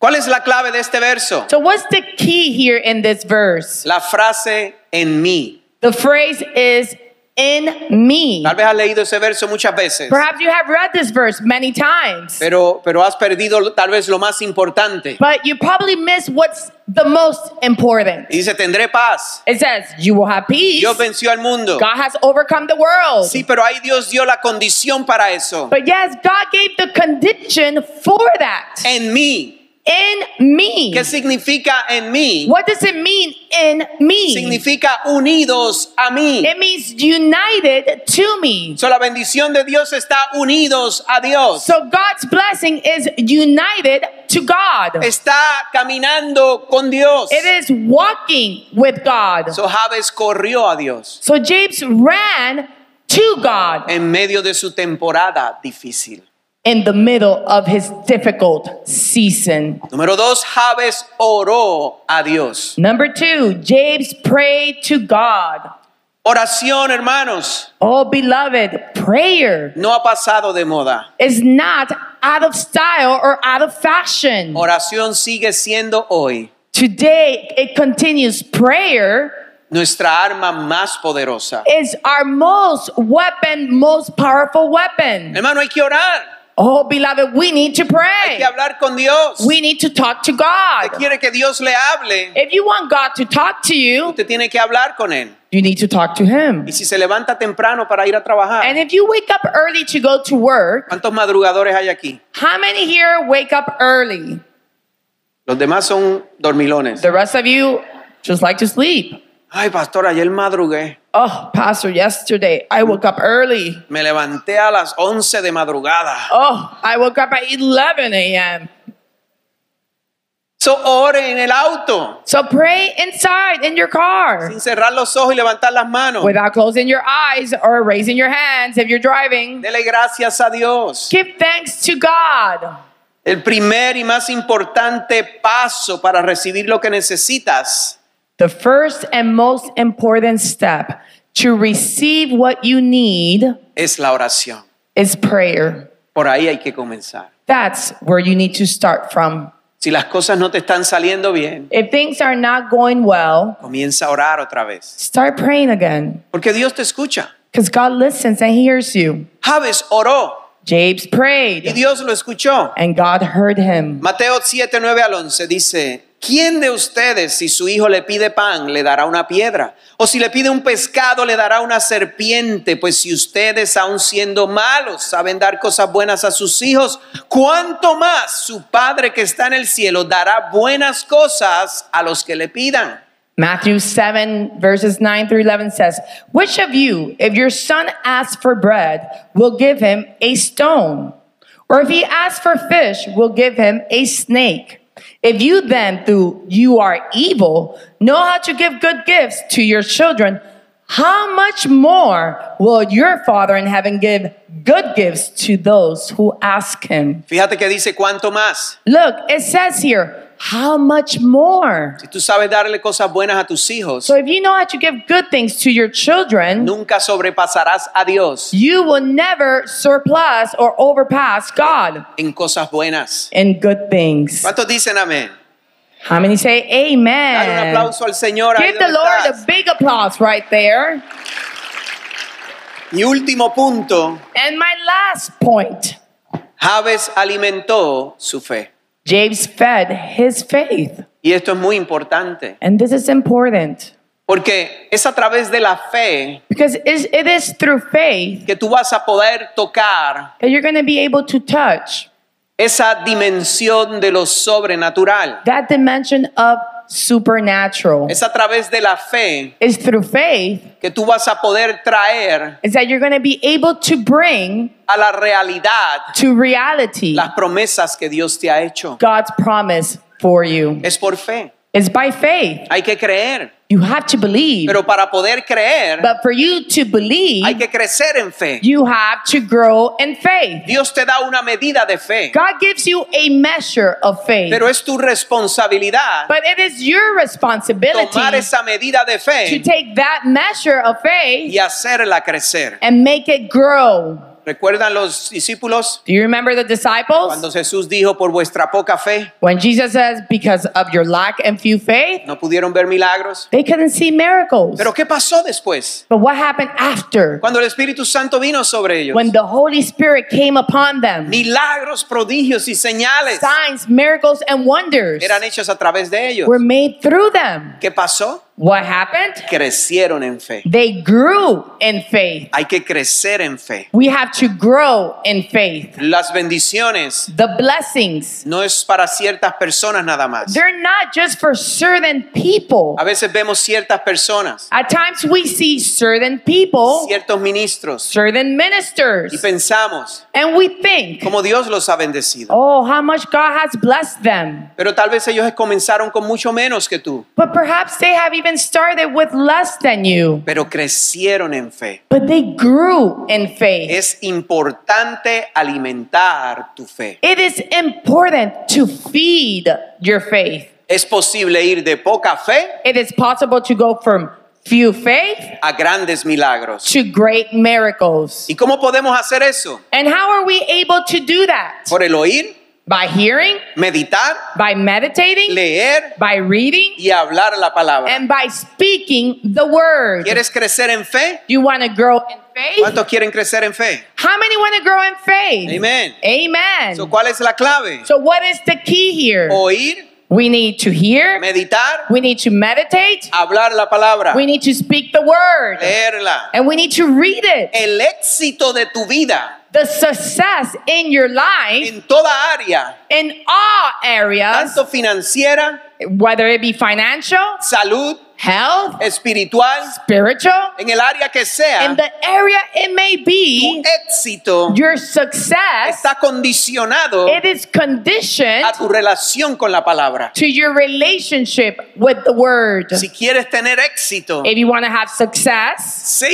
Speaker 2: ¿Cuál es la clave de este verso?
Speaker 3: So, what's the key here in this verse?
Speaker 2: La frase en mí.
Speaker 3: The phrase is in me.
Speaker 2: Tal vez has leído ese verso muchas veces,
Speaker 3: Perhaps you have read this verse many times,
Speaker 2: pero, pero has perdido tal vez lo más importante.
Speaker 3: but you probably miss what's the most important.
Speaker 2: Y dice, tendré paz.
Speaker 3: It says, You will have peace.
Speaker 2: Dios venció al mundo.
Speaker 3: God has overcome the world.
Speaker 2: Sí, pero ahí Dios dio la condición para eso.
Speaker 3: But yes, God gave the condition for that
Speaker 2: En mí.
Speaker 3: in me.
Speaker 2: ¿Qué significa en mí?
Speaker 3: What does it mean in me?
Speaker 2: significa unidos a mí.
Speaker 3: It means united to me.
Speaker 2: So, la bendición de Dios está unidos a Dios.
Speaker 3: So God's blessing is united to God.
Speaker 2: Está caminando con Dios.
Speaker 3: It is walking with God.
Speaker 2: So, Javes corrió a Dios
Speaker 3: So James ran to God
Speaker 2: en medio de su temporada difícil.
Speaker 3: in the middle of his difficult season.
Speaker 2: Número dos, Javes oró a Dios.
Speaker 3: Number two, James prayed to God.
Speaker 2: Oración, hermanos,
Speaker 3: Oh, beloved, prayer
Speaker 2: no ha pasado de moda.
Speaker 3: is not out of style or out of fashion.
Speaker 2: Oración sigue siendo hoy
Speaker 3: Today, it continues. Prayer
Speaker 2: nuestra arma más poderosa.
Speaker 3: is our most weapon, most powerful weapon.
Speaker 2: Hermano, hay que orar.
Speaker 3: Oh, beloved, we need to
Speaker 2: Hay que
Speaker 3: pray.
Speaker 2: hablar con Dios.
Speaker 3: Eh- We need to talk to God.
Speaker 2: Usted quiere que Dios le hable.
Speaker 3: If you want God to talk to you,
Speaker 2: Usted tiene que hablar con Él.
Speaker 3: you need to talk to Him.
Speaker 2: Y si se levanta temprano para ir a trabajar,
Speaker 3: And if you wake up early to go to work,
Speaker 2: ¿cuántos madrugadores hay aquí?
Speaker 3: how many here wake up early?
Speaker 2: Los demás son dormilones.
Speaker 3: The rest of you just like to sleep.
Speaker 2: Ay, pastor, ayer madrugué.
Speaker 3: Oh, Pastor, yesterday I woke up early.
Speaker 2: Me levanté a las 11 de madrugada.
Speaker 3: Oh, I woke up at 11 a.m.
Speaker 2: So, ore en el auto,
Speaker 3: So pray inside in your car
Speaker 2: sin cerrar los ojos y levantar las manos.
Speaker 3: without closing your eyes or raising your hands if you're driving.
Speaker 2: Dele gracias a Dios.
Speaker 3: Give thanks to God.
Speaker 2: El primer y más importante paso para recibir lo que necesitas
Speaker 3: The first and most important step to receive what you need
Speaker 2: es la oración.
Speaker 3: is prayer.
Speaker 2: Por ahí hay que comenzar.
Speaker 3: That's where you need to start from.
Speaker 2: Si las cosas no te están saliendo bien,
Speaker 3: If things are not going well,
Speaker 2: comienza a orar otra vez.
Speaker 3: start praying again
Speaker 2: Porque Dios te escucha.
Speaker 3: because God listens and hears you.
Speaker 2: Javes oró
Speaker 3: Jabes
Speaker 2: y
Speaker 3: prayed
Speaker 2: Dios lo escuchó.
Speaker 3: and God heard him.
Speaker 2: Mateo 7, 9 al 11 dice, ¿quién de ustedes si su hijo le pide pan le dará una piedra? ¿O si le pide un pescado le dará una serpiente? Pues si ustedes aun siendo malos saben dar cosas buenas a sus hijos, ¿cuánto más su Padre que está en el cielo dará buenas cosas a los que le pidan?
Speaker 3: Matthew 7, verses 9 through 11 says, Which of you, if your son asks for bread, will give him a stone? Or if he asks for fish, will give him a snake? If you then, through you are evil, know how to give good gifts to your children, how much more will your Father in heaven give good gifts to those who ask him?
Speaker 2: Fíjate que dice, ¿cuánto más?
Speaker 3: Look, it says here, how much more?
Speaker 2: Si tú sabes darle cosas buenas a tus hijos,
Speaker 3: So if you know how to give good things to your children,
Speaker 2: nunca sobrepasarás a Dios
Speaker 3: you will never surplus or overpass God
Speaker 2: en cosas buenas.
Speaker 3: in good things.
Speaker 2: ¿Cuántos dicen amén?
Speaker 3: How many say
Speaker 2: Dale un
Speaker 3: amen?
Speaker 2: aplauso al Señor. ahí
Speaker 3: Give the
Speaker 2: donde
Speaker 3: Lord
Speaker 2: estás.
Speaker 3: a big applause right there.
Speaker 2: Y último punto,
Speaker 3: And my last point,
Speaker 2: Javes alimentó su fe.
Speaker 3: James fed his faith.
Speaker 2: Y esto es muy importante,
Speaker 3: And this is important
Speaker 2: porque es a través de la fe
Speaker 3: because it's- it is through faith
Speaker 2: que tú vas a poder tocar
Speaker 3: that you're going to be able to touch
Speaker 2: esa dimensión de lo sobrenatural.
Speaker 3: that dimension of supernatural.
Speaker 2: Es a través de la fe
Speaker 3: It's through faith
Speaker 2: que tú vas a poder traer
Speaker 3: is that you're going to be able to bring
Speaker 2: a la realidad
Speaker 3: to reality
Speaker 2: las promesas que Dios te ha hecho.
Speaker 3: God's promise for you.
Speaker 2: Es por fe.
Speaker 3: It's by faith.
Speaker 2: Hay que creer.
Speaker 3: You have to believe.
Speaker 2: Pero para poder creer,
Speaker 3: But for you to
Speaker 2: hay
Speaker 3: believe,
Speaker 2: que crecer en fe.
Speaker 3: you have to grow in faith.
Speaker 2: Dios te da una medida de fe,
Speaker 3: God gives you a measure of faith.
Speaker 2: pero es tu responsabilidad
Speaker 3: But it is your responsibility
Speaker 2: tomar esa medida de
Speaker 3: to
Speaker 2: fe
Speaker 3: take that measure of faith
Speaker 2: y hacerla crecer.
Speaker 3: and make it grow.
Speaker 2: ¿Recuerdan los discípulos
Speaker 3: Do you remember the
Speaker 2: cuando
Speaker 3: disciples?
Speaker 2: Jesús dijo, por vuestra poca fe,
Speaker 3: When Jesus says, because of your lack and few faith,
Speaker 2: no pudieron ver milagros?
Speaker 3: they couldn't see miracles.
Speaker 2: Pero ¿qué pasó después?
Speaker 3: But what happened after?
Speaker 2: Cuando el Espíritu Santo vino sobre ellos.
Speaker 3: When the Holy Spirit came upon them,
Speaker 2: Milagros, prodigios y señales
Speaker 3: signs, miracles, and wonders
Speaker 2: eran hechos a través de ellos.
Speaker 3: were made through them.
Speaker 2: ¿Qué pasó?
Speaker 3: What happened?
Speaker 2: Crecieron en fe.
Speaker 3: They grew in faith.
Speaker 2: Hay que crecer en fe.
Speaker 3: We have to grow in faith.
Speaker 2: Las bendiciones
Speaker 3: The blessings,
Speaker 2: no es para ciertas personas nada más.
Speaker 3: they're not just for certain people.
Speaker 2: A veces vemos ciertas personas,
Speaker 3: At times we see certain people,
Speaker 2: ciertos ministros,
Speaker 3: certain
Speaker 2: y
Speaker 3: ministers,
Speaker 2: pensamos
Speaker 3: and we think,
Speaker 2: cómo Dios los ha bendecido.
Speaker 3: oh, how much God has blessed them.
Speaker 2: Pero tal vez ellos comenzaron con mucho menos que tú,
Speaker 3: But perhaps they have even started with less than you.
Speaker 2: pero crecieron en fe.
Speaker 3: But they grew in faith.
Speaker 2: Es importante alimentar tu fe.
Speaker 3: It is important to feed your faith.
Speaker 2: Es posible ir de poca fe
Speaker 3: It is possible to go from few faith
Speaker 2: a grandes milagros.
Speaker 3: to great miracles.
Speaker 2: ¿Y cómo podemos hacer eso?
Speaker 3: And how are we able to do that?
Speaker 2: Por el oír,
Speaker 3: By hearing,
Speaker 2: meditar,
Speaker 3: by meditating,
Speaker 2: leer
Speaker 3: by reading,
Speaker 2: y hablar la palabra.
Speaker 3: and by speaking the word.
Speaker 2: ¿Quieres crecer en fe?
Speaker 3: You want to grow in faith?
Speaker 2: ¿Cuántos quieren crecer en fe?
Speaker 3: How many want to grow in faith?
Speaker 2: Amen.
Speaker 3: Em. Amen.
Speaker 2: So, Oh. ¿Cuál es la clave?
Speaker 3: So, what is the key here?
Speaker 2: Oír,
Speaker 3: We need to hear,
Speaker 2: meditar,
Speaker 3: we need to meditate,
Speaker 2: hablar la palabra,
Speaker 3: we need to speak the word,
Speaker 2: leerla.
Speaker 3: and we need to read it.
Speaker 2: El éxito de tu vida
Speaker 3: the success in your life
Speaker 2: en toda área,
Speaker 3: in all areas,
Speaker 2: tanto financiera,
Speaker 3: whether it be financial,
Speaker 2: salud,
Speaker 3: health,
Speaker 2: espiritual,
Speaker 3: spiritual,
Speaker 2: en el área que sea,
Speaker 3: in the area it may
Speaker 2: tu
Speaker 3: be,
Speaker 2: éxito
Speaker 3: your success,
Speaker 2: está condicionado
Speaker 3: it is conditioned
Speaker 2: a tu relación con la palabra.
Speaker 3: to your relationship with the word.
Speaker 2: Si quieres tener éxito,
Speaker 3: If you want to have success,
Speaker 2: sé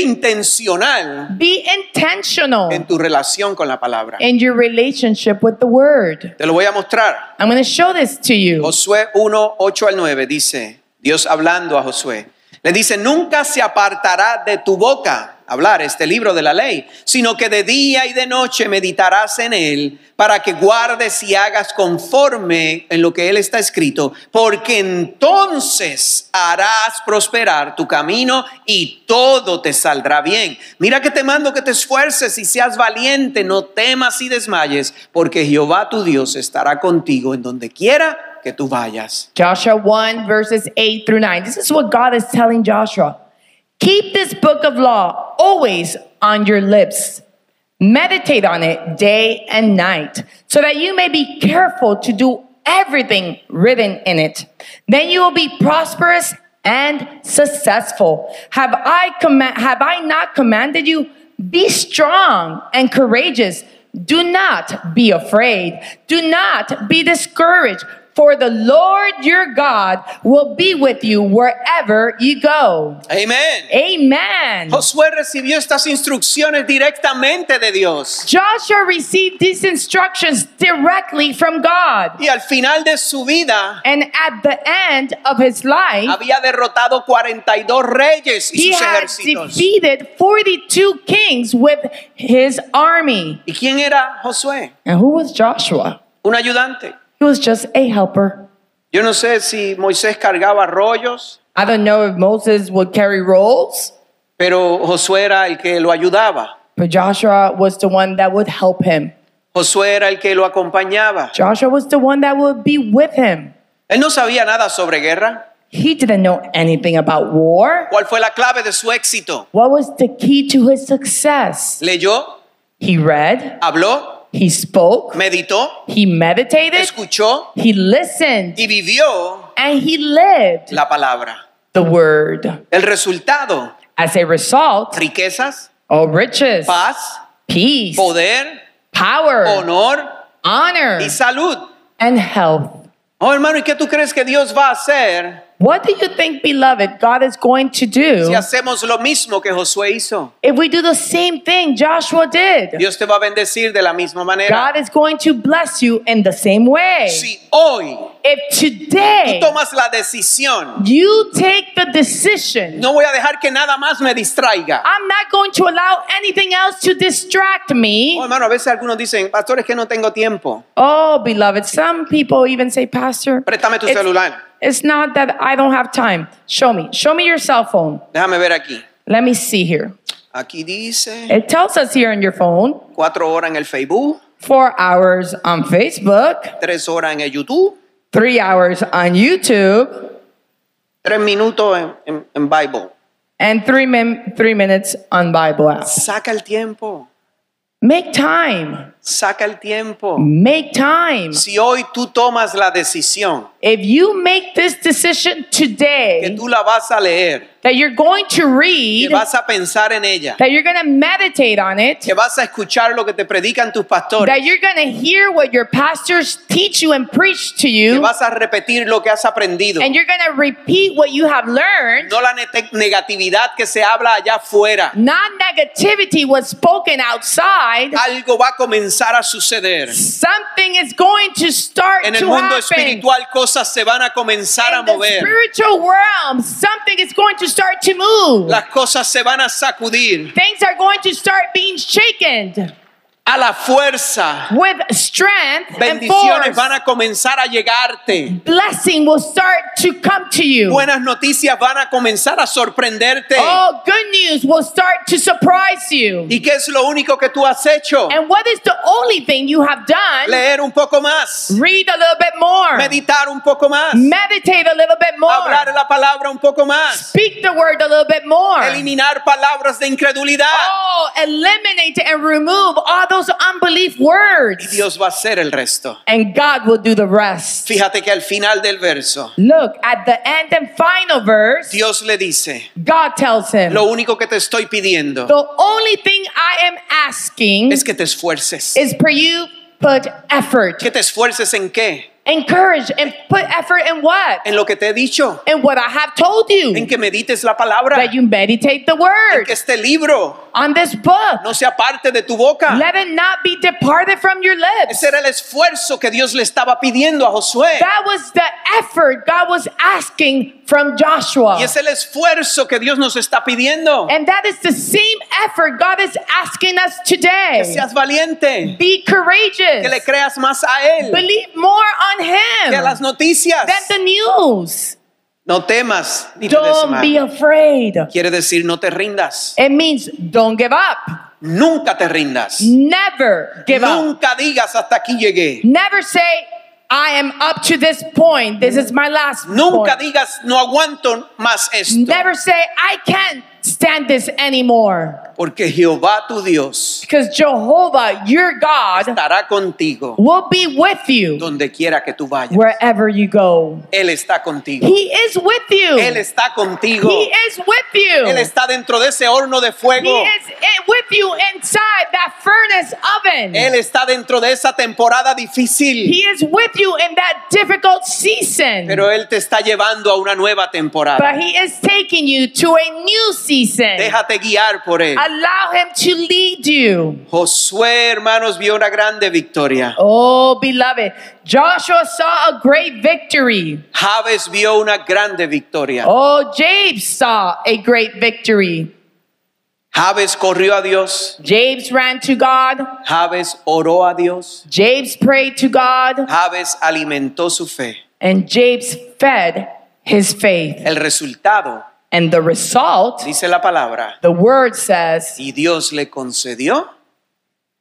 Speaker 2: intencional
Speaker 3: be intentional
Speaker 2: en tu relación con la palabra.
Speaker 3: in your relationship with the word.
Speaker 2: Te lo voy a mostrar.
Speaker 3: I'm going to show this to you.
Speaker 2: Josué 1, 8 al 9 dice, Dios hablando a Josué, le dice, nunca se apartará de tu boca hablar este libro de la ley, sino que de día y de noche meditarás en él para que guardes y hagas conforme en lo que él está escrito, porque entonces harás prosperar tu camino y todo te saldrá bien. Mira que te mando que te esfuerces y seas valiente, no temas y desmayes, porque Jehová tu Dios estará contigo en donde quiera que tú vayas.
Speaker 3: Joshua 1, verses 8 through 9. This is what God is telling Joshua. Keep this book of law always on your lips. Meditate on it day and night, so that you may be careful to do everything written in it. Then you will be prosperous and successful. Have I command have I not commanded you? Be strong and courageous. Do not be afraid. Do not be discouraged, for the Lord your God will be with you wherever you go.
Speaker 2: Amén.
Speaker 3: Amen.
Speaker 2: Josué recibió estas instrucciones directamente de Dios.
Speaker 3: Joshua received these instructions directly from God.
Speaker 2: Y al final de su vida
Speaker 3: And at the end of his life,
Speaker 2: había derrotado 42 reyes y
Speaker 3: he
Speaker 2: sus
Speaker 3: had
Speaker 2: ejércitos.
Speaker 3: defeated 42 kings with his army.
Speaker 2: ¿Y quién era Josué?
Speaker 3: And who was Joshua?
Speaker 2: Un ayudante.
Speaker 3: He was just a helper.
Speaker 2: Yo no sé si Moisés cargaba rollos,
Speaker 3: I don't know if Moses would carry rolls,
Speaker 2: pero Josué era el que lo ayudaba.
Speaker 3: but Joshua was the one that would help him.
Speaker 2: Josué era el que lo acompañaba.
Speaker 3: Joshua was the one that would be with him.
Speaker 2: Él no sabía nada sobre guerra.
Speaker 3: He didn't know anything about war.
Speaker 2: ¿Cuál fue la clave de su éxito?
Speaker 3: What was the key to his success?
Speaker 2: Leyó,
Speaker 3: He read,
Speaker 2: habló,
Speaker 3: he spoke,
Speaker 2: meditó,
Speaker 3: He meditated,
Speaker 2: escuchó
Speaker 3: he listened,
Speaker 2: y vivió
Speaker 3: and he lived
Speaker 2: la palabra.
Speaker 3: the word.
Speaker 2: El resultado,
Speaker 3: As a result,
Speaker 2: riquezas,
Speaker 3: all riches,
Speaker 2: paz,
Speaker 3: peace,
Speaker 2: poder,
Speaker 3: power,
Speaker 2: honor y
Speaker 3: honor,
Speaker 2: salud.
Speaker 3: and health.
Speaker 2: Oh, hermano, ¿y qué tú crees que Dios va a hacer
Speaker 3: What do you think, beloved, God is going to
Speaker 2: si
Speaker 3: do
Speaker 2: hacemos lo mismo que Josué hizo?
Speaker 3: if we do the same thing Joshua did?
Speaker 2: Dios te va a bendecir de la misma manera.
Speaker 3: God is going to bless you in the same way.
Speaker 2: Si hoy
Speaker 3: If
Speaker 2: tú
Speaker 3: today
Speaker 2: tomas la decisión,
Speaker 3: you take the decision,
Speaker 2: no voy a dejar que nada más me distraiga.
Speaker 3: I'm not going to allow anything else to distract me.
Speaker 2: Oh, hermano, a veces algunos dicen, pastor, es que no tengo tiempo.
Speaker 3: Oh, beloved, some people even say, Pastor,
Speaker 2: Préstame tu
Speaker 3: it's,
Speaker 2: celular.
Speaker 3: it's not that I don't have time. Show me. Show me your cell phone.
Speaker 2: Déjame ver aquí.
Speaker 3: Let me see here.
Speaker 2: Aquí dice
Speaker 3: It tells us here on your phone
Speaker 2: cuatro horas en el Facebook,
Speaker 3: four hours on Facebook,
Speaker 2: tres horas en el YouTube,
Speaker 3: three hours on YouTube,
Speaker 2: tres minutos en, en- en Bible.
Speaker 3: and three, min- three minutes on Bible app.
Speaker 2: Saca el tiempo,
Speaker 3: Make time.
Speaker 2: saca el tiempo.
Speaker 3: Make time.
Speaker 2: Si hoy tú tomas la decisión
Speaker 3: If you make this decision
Speaker 2: que
Speaker 3: today
Speaker 2: tú la vas a leer,
Speaker 3: that you're going to
Speaker 2: que
Speaker 3: read,
Speaker 2: vas a pensar en ella,
Speaker 3: that you're going to meditate on it,
Speaker 2: que vas a escuchar lo que te predican tus pastores,
Speaker 3: that you're going to hear what your pastors teach you and preach to
Speaker 2: que
Speaker 3: you,
Speaker 2: vas a repetir lo que has aprendido,
Speaker 3: and you're going to repeat what you have learned.
Speaker 2: no la nete- negatividad que se habla allá afuera.
Speaker 3: Non negativity was spoken outside.
Speaker 2: Algo va a comenzar a suceder.
Speaker 3: Something is going to start
Speaker 2: En
Speaker 3: to
Speaker 2: el mundo
Speaker 3: happen.
Speaker 2: espiritual cosas se van a comenzar a
Speaker 3: In the
Speaker 2: mover.
Speaker 3: spiritual realm, something is going to start to move.
Speaker 2: Las cosas se van a sacudir
Speaker 3: Things are going to start being shaken
Speaker 2: a la fuerza.
Speaker 3: with strength and
Speaker 2: Bendiciones van
Speaker 3: force.
Speaker 2: a comenzar a llegarte.
Speaker 3: Blessing will start to come to you.
Speaker 2: Buenas noticias van a comenzar a sorprenderte.
Speaker 3: All good news will start to surprise you.
Speaker 2: ¿Y qué es lo único que tú has hecho?
Speaker 3: And what is the only thing you have done?
Speaker 2: Leer un poco más,
Speaker 3: Read a little bit more.
Speaker 2: meditar un poco más,
Speaker 3: Meditate a little bit more.
Speaker 2: hablar la palabra un poco más,
Speaker 3: Speak the word a little bit more.
Speaker 2: eliminar palabras de incredulidad.
Speaker 3: Oh, eliminate and remove all those those unbelief words.
Speaker 2: Dios va a hacer el resto.
Speaker 3: And God will do the rest.
Speaker 2: Fíjate que al final del verso,
Speaker 3: Look at the end and final verse.
Speaker 2: Dios le dice,
Speaker 3: God tells him,
Speaker 2: lo único que te estoy pidiendo
Speaker 3: The only thing I am asking
Speaker 2: es que te esfuerces.
Speaker 3: is for you put effort.
Speaker 2: ¿Que te esfuerces en qué?
Speaker 3: Encourage and put effort in what?
Speaker 2: En lo que te he dicho.
Speaker 3: In what I have told
Speaker 2: En
Speaker 3: you.
Speaker 2: que medites la palabra.
Speaker 3: That
Speaker 2: En
Speaker 3: you meditate the word
Speaker 2: que este libro
Speaker 3: on this book.
Speaker 2: no sea parte de tu boca.
Speaker 3: Let it not be departed from your lips.
Speaker 2: Ese era el esfuerzo que Dios le estaba pidiendo a Josué.
Speaker 3: That was the effort God was asking from
Speaker 2: Y
Speaker 3: Joshua.
Speaker 2: es el esfuerzo que Dios nos está pidiendo.
Speaker 3: And that is the same effort God is asking us
Speaker 2: Que
Speaker 3: today.
Speaker 2: seas valiente. Que le
Speaker 3: Be courageous.
Speaker 2: creas más a Él
Speaker 3: Believe more on
Speaker 2: que a las
Speaker 3: Him
Speaker 2: noticias.
Speaker 3: than the news.
Speaker 2: No temas ni te
Speaker 3: Don't be
Speaker 2: desmayes.
Speaker 3: afraid.
Speaker 2: Quiere decir no te rindas.
Speaker 3: It means don't give up.
Speaker 2: Nunca te rindas.
Speaker 3: Never give up.
Speaker 2: Nunca digas hasta aquí llegué.
Speaker 3: Never say, I am up to this point. This is my last
Speaker 2: Nunca
Speaker 3: point.
Speaker 2: digas no aguanto más esto.
Speaker 3: Never say, I can't stand this anymore.
Speaker 2: Porque Jehová tu Dios
Speaker 3: Because Jehovah, your God,
Speaker 2: estará contigo
Speaker 3: will be with you
Speaker 2: donde quiera que tú vayas.
Speaker 3: wherever you go.
Speaker 2: Él está contigo.
Speaker 3: He is with you.
Speaker 2: Él está contigo.
Speaker 3: He is with you.
Speaker 2: Él está dentro de ese horno de
Speaker 3: He
Speaker 2: fuego.
Speaker 3: is i- with you inside that furnace oven.
Speaker 2: Él está dentro de esa temporada difícil.
Speaker 3: He is with you in that difficult season.
Speaker 2: Pero Él te está llevando a una nueva temporada.
Speaker 3: But he is taking you to a new season.
Speaker 2: Déjate guiar por Él.
Speaker 3: Allow him to lead you.
Speaker 2: Josué, hermanos, vio una grande victoria.
Speaker 3: Oh, beloved, Joshua saw a great victory.
Speaker 2: Javes vio una grande victoria.
Speaker 3: Oh, Jabes saw a great victory.
Speaker 2: Javes corrió a Dios.
Speaker 3: Jabes ran to God.
Speaker 2: Javes oró a Dios.
Speaker 3: Jabes prayed to God.
Speaker 2: Javes alimentó su fe.
Speaker 3: And Jabes fed his faith.
Speaker 2: El resultado,
Speaker 3: And the result,
Speaker 2: dice la palabra,
Speaker 3: the word says,
Speaker 2: y Dios le concedió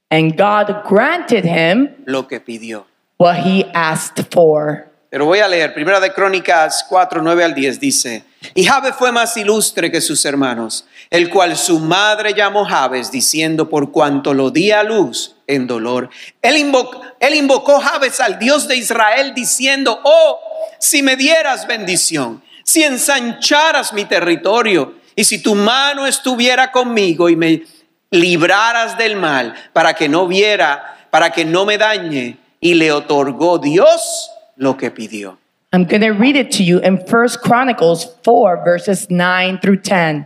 Speaker 3: and God granted him
Speaker 2: lo que pidió.
Speaker 3: what he asked for.
Speaker 2: Pero voy a leer, primera de Crónicas 4, 9 al 10 dice, y Jabes fue más ilustre que sus hermanos, el cual su madre llamó Jabes, diciendo, por cuanto lo di a luz en dolor. Él, invo- él invocó Jabes al Dios de Israel, diciendo, oh, si me dieras bendición, si ensancharas mi territorio, y si tu mano estuviera conmigo y me libraras del mal, para que no viera, para que no me dañe, y le otorgó Dios lo que pidió.
Speaker 3: I'm going to read it to you in First Chronicles 4, verses 9 through 10.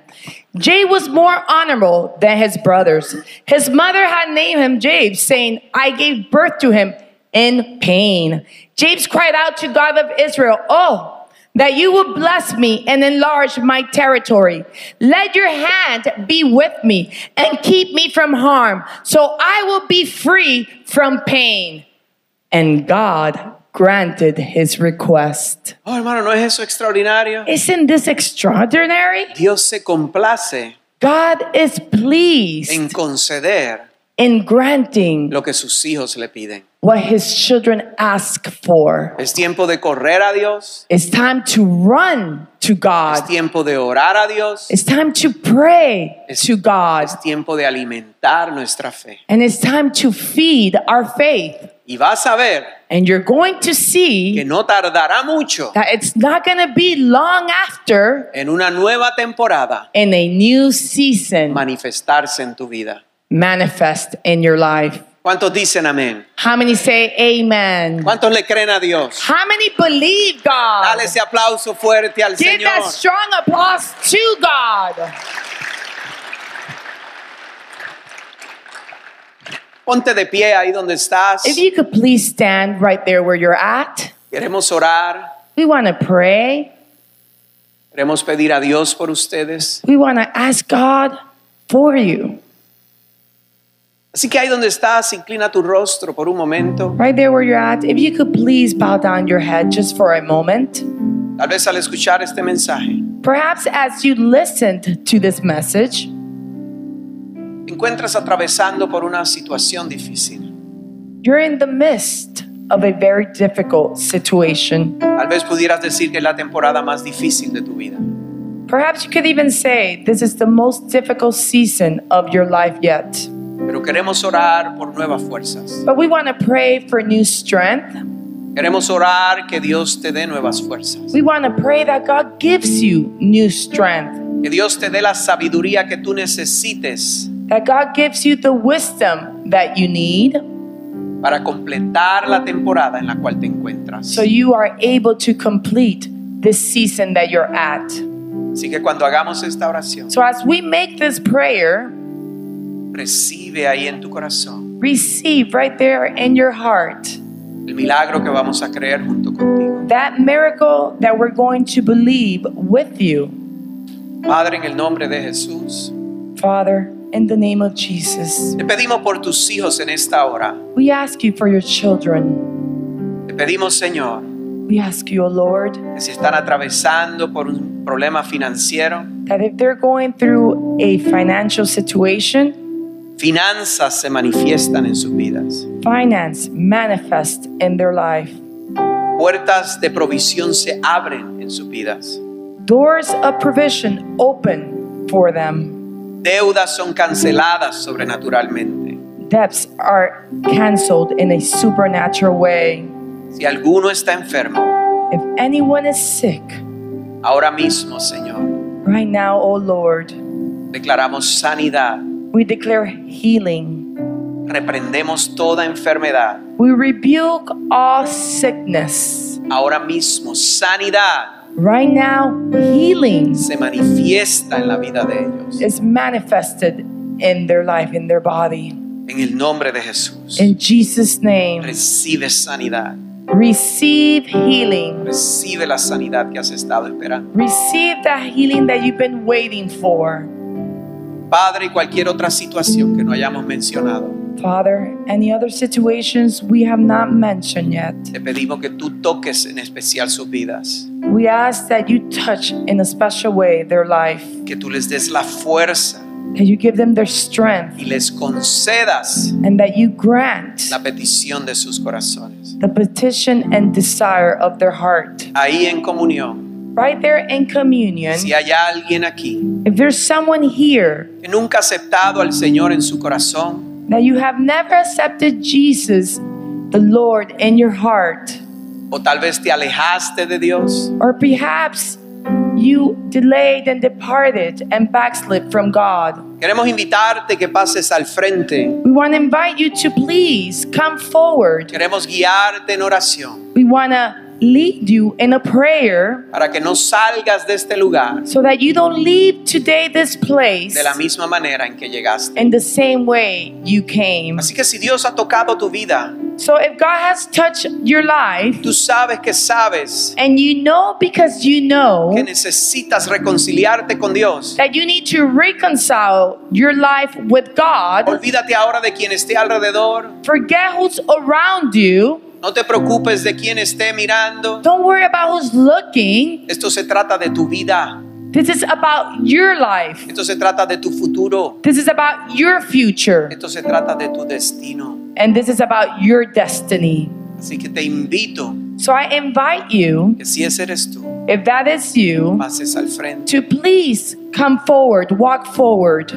Speaker 3: Jay was more honorable than his brothers. His mother had named him Jabe, saying, I gave birth to him in pain. Jabes cried out to God of Israel, Oh, that you would bless me and enlarge my territory. Let your hand be with me and keep me from harm, so I will be free from pain. And God granted his request.
Speaker 2: Oh, hermano, ¿no es eso extraordinario?
Speaker 3: Isn't this extraordinary?
Speaker 2: Dios se complace
Speaker 3: God is
Speaker 2: en
Speaker 3: pleased
Speaker 2: conceder
Speaker 3: in granting
Speaker 2: lo que sus hijos le piden.
Speaker 3: what his children ask for.
Speaker 2: Es tiempo de correr a Dios,
Speaker 3: It's time to run to
Speaker 2: es
Speaker 3: God.
Speaker 2: tiempo de orar a Dios,
Speaker 3: It's time to pray
Speaker 2: es,
Speaker 3: to God.
Speaker 2: es tiempo de alimentar nuestra fe.
Speaker 3: And it's time to feed our faith.
Speaker 2: Y vas a ver
Speaker 3: And you're going to
Speaker 2: que
Speaker 3: see
Speaker 2: no tardará mucho
Speaker 3: that it's not going to be long after
Speaker 2: en una nueva temporada
Speaker 3: in a new season
Speaker 2: manifestarse en tu vida.
Speaker 3: manifest in your life.
Speaker 2: ¿Cuántos dicen amén?
Speaker 3: How many say amen?
Speaker 2: ¿Cuántos le creen a Dios?
Speaker 3: How many believe God?
Speaker 2: Dale ese aplauso fuerte al
Speaker 3: Give
Speaker 2: Señor.
Speaker 3: that strong applause to God.
Speaker 2: Ponte de pie ahí donde estás.
Speaker 3: If you could please stand right there where you're at.
Speaker 2: Queremos orar,
Speaker 3: We want to pray.
Speaker 2: queremos pedir a Dios por ustedes.
Speaker 3: We want to ask God for you.
Speaker 2: Así que ahí donde estás, inclina tu rostro por un momento.
Speaker 3: Right there where you're at. If you could please bow down your head just for a moment.
Speaker 2: Tal vez al escuchar este mensaje,
Speaker 3: Perhaps as you listened to this message,
Speaker 2: te encuentras atravesando por una situación difícil.
Speaker 3: you're in the midst of a very difficult situation.
Speaker 2: Tal vez pudieras decir que es la temporada más difícil de tu vida.
Speaker 3: Perhaps you could even say this is the most difficult season of your life yet.
Speaker 2: pero queremos orar por nuevas fuerzas.
Speaker 3: But we want to pray for new strength.
Speaker 2: Queremos orar que Dios te dé nuevas fuerzas,
Speaker 3: We want to pray that God gives you new strength,
Speaker 2: que Dios te dé la sabiduría que tú necesites
Speaker 3: that God gives you the wisdom that you need
Speaker 2: para completar la temporada en la cual te encuentras.
Speaker 3: so you are able to complete this season that you're at.
Speaker 2: Así que cuando hagamos esta oración,
Speaker 3: So as we make this prayer,
Speaker 2: recibe ahí en tu corazón
Speaker 3: receive right there in your heart
Speaker 2: el milagro que vamos a creer junto contigo.
Speaker 3: that miracle that we're going to believe with you.
Speaker 2: Padre, en el nombre de Jesús,
Speaker 3: Father, in the name of Jesus,
Speaker 2: te pedimos por tus hijos en esta hora.
Speaker 3: we ask you for your children.
Speaker 2: Te pedimos, Señor,
Speaker 3: We ask you, O Lord,
Speaker 2: que si están atravesando por un problema financiero,
Speaker 3: that if they're going through a financial situation,
Speaker 2: finanzas se manifiestan en sus vidas.
Speaker 3: finance manifest in their life.
Speaker 2: Puertas de provisión se abren en sus vidas.
Speaker 3: Doors of provision open for them.
Speaker 2: Deudas son canceladas sobrenaturalmente.
Speaker 3: Debts are canceled in a supernatural way.
Speaker 2: Si alguno está enfermo,
Speaker 3: If anyone is sick,
Speaker 2: ahora mismo, Señor,
Speaker 3: right now, O Lord,
Speaker 2: declaramos sanidad.
Speaker 3: we declare healing.
Speaker 2: Reprendemos toda enfermedad.
Speaker 3: We rebuke all sickness.
Speaker 2: Ahora mismo, sanidad
Speaker 3: Right now, healing
Speaker 2: se manifiesta en la vida de ellos.
Speaker 3: is manifested in their life, in their body.
Speaker 2: En el nombre de Jesús.
Speaker 3: In Jesus' name,
Speaker 2: Recibe sanidad.
Speaker 3: receive healing.
Speaker 2: Recibe la sanidad que has estado esperando.
Speaker 3: Receive that healing that you've been waiting for.
Speaker 2: Padre, y cualquier otra situación que no hayamos mencionado,
Speaker 3: Father, any other situations we have not mentioned yet,
Speaker 2: te pedimos que tú toques en especial sus vidas,
Speaker 3: we ask that you touch in a special way their life,
Speaker 2: que tú les des la fuerza
Speaker 3: that you give them their strength,
Speaker 2: y les concedas
Speaker 3: and that you grant
Speaker 2: la petición de sus corazones.
Speaker 3: the petition and desire of their heart.
Speaker 2: Ahí en comunión,
Speaker 3: Right there in communion,
Speaker 2: si hay alguien aquí
Speaker 3: if there's someone here
Speaker 2: que nunca ha aceptado al Señor en su corazón,
Speaker 3: that you have never accepted Jesus, the Lord, in your heart,
Speaker 2: o tal vez te alejaste de Dios,
Speaker 3: or perhaps you delayed and departed and backslid from God.
Speaker 2: queremos invitarte que pases al frente.
Speaker 3: We want to invite you to please come forward.
Speaker 2: Queremos guiarte en oración
Speaker 3: We want to lead you in a prayer
Speaker 2: para que no salgas de este lugar
Speaker 3: so that you don't leave today this place
Speaker 2: de la misma manera en que llegaste.
Speaker 3: in the same way you came.
Speaker 2: Así que si Dios ha tocado tu vida,
Speaker 3: So if God has touched your life
Speaker 2: tú sabes que sabes
Speaker 3: and you know because you
Speaker 2: que
Speaker 3: know
Speaker 2: necesitas reconciliarte con Dios.
Speaker 3: that you need to reconcile your life with God,
Speaker 2: Olvídate ahora de quien esté alrededor.
Speaker 3: forget who's around you,
Speaker 2: No te preocupes de quien esté mirando.
Speaker 3: don't worry about who's looking.
Speaker 2: Esto se trata de tu vida.
Speaker 3: This is about your life.
Speaker 2: Esto se trata de tu futuro.
Speaker 3: This is about your future.
Speaker 2: Esto se trata de tu destino.
Speaker 3: and this is about your destiny.
Speaker 2: Así que te invito
Speaker 3: So I invite you,
Speaker 2: que si ese eres tú,
Speaker 3: if that is you,
Speaker 2: pases al frente.
Speaker 3: to please come forward, walk forward,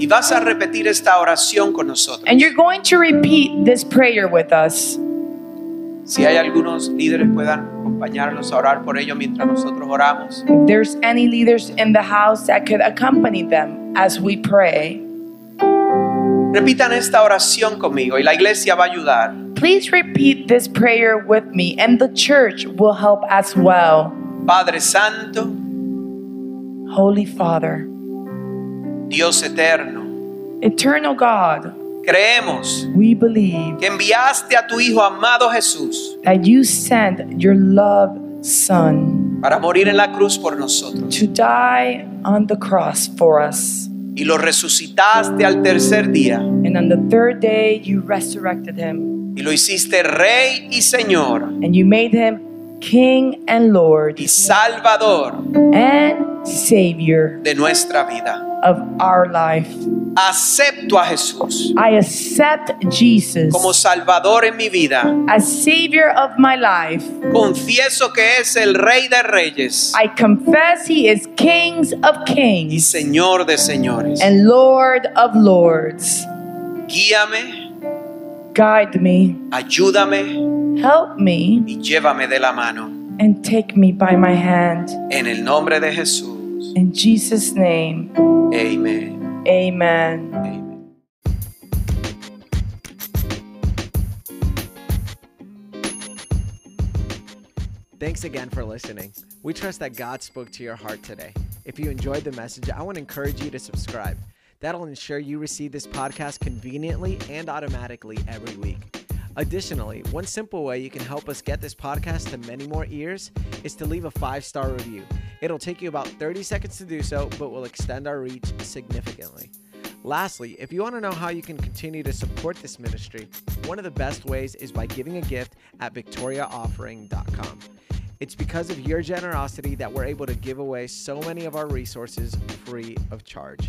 Speaker 2: Y vas a repetir esta oración con nosotros.
Speaker 3: and you're going to repeat this prayer with us.
Speaker 2: Si hay algunos líderes puedan acompañarnos a orar por ello mientras nosotros oramos.
Speaker 3: If there's any leaders in the house that could accompany them as we pray,
Speaker 2: Repitan esta oración conmigo y la iglesia va a ayudar.
Speaker 3: please repeat this prayer with me, and the church will help as well.
Speaker 2: Padre Santo,
Speaker 3: Holy Father,
Speaker 2: Dios eterno,
Speaker 3: eternal God,
Speaker 2: creemos
Speaker 3: we believe
Speaker 2: que enviaste a tu Hijo amado Jesús
Speaker 3: that you sent your loved Son.
Speaker 2: para morir en la cruz por nosotros
Speaker 3: to die on the cross for us.
Speaker 2: y lo resucitaste al tercer día
Speaker 3: And on the third day, you resurrected him
Speaker 2: y lo hiciste Rey y Señor
Speaker 3: and you made him King and Lord
Speaker 2: y Salvador
Speaker 3: and Savior
Speaker 2: de nuestra vida.
Speaker 3: of our life.
Speaker 2: Acepto a Jesús
Speaker 3: I accept Jesus
Speaker 2: como Salvador en mi vida.
Speaker 3: as Savior of my life.
Speaker 2: Confieso que es el Rey de Reyes
Speaker 3: I confess he is Kings of
Speaker 2: y
Speaker 3: kings
Speaker 2: Señor de Señores.
Speaker 3: and Lord of lords.
Speaker 2: guíame,
Speaker 3: guide me,
Speaker 2: ayúdame
Speaker 3: help me,
Speaker 2: y llévame de la mano.
Speaker 3: and take me by my hand.
Speaker 2: En el nombre de Jesús.
Speaker 3: In Jesus' name,
Speaker 2: Amén.
Speaker 3: amen.
Speaker 2: Amén.
Speaker 1: Thanks again for listening. We trust that God spoke to your heart today. If you enjoyed the message, I want to encourage you to subscribe. That'll ensure you receive this podcast conveniently and automatically every week. Additionally, one simple way you can help us get this podcast to many more ears is to leave a five star review. It'll take you about 30 seconds to do so, but will extend our reach significantly. Lastly, if you want to know how you can continue to support this ministry, one of the best ways is by giving a gift at victoriaoffering.com. It's because of your generosity that we're able to give away so many of our resources free of charge.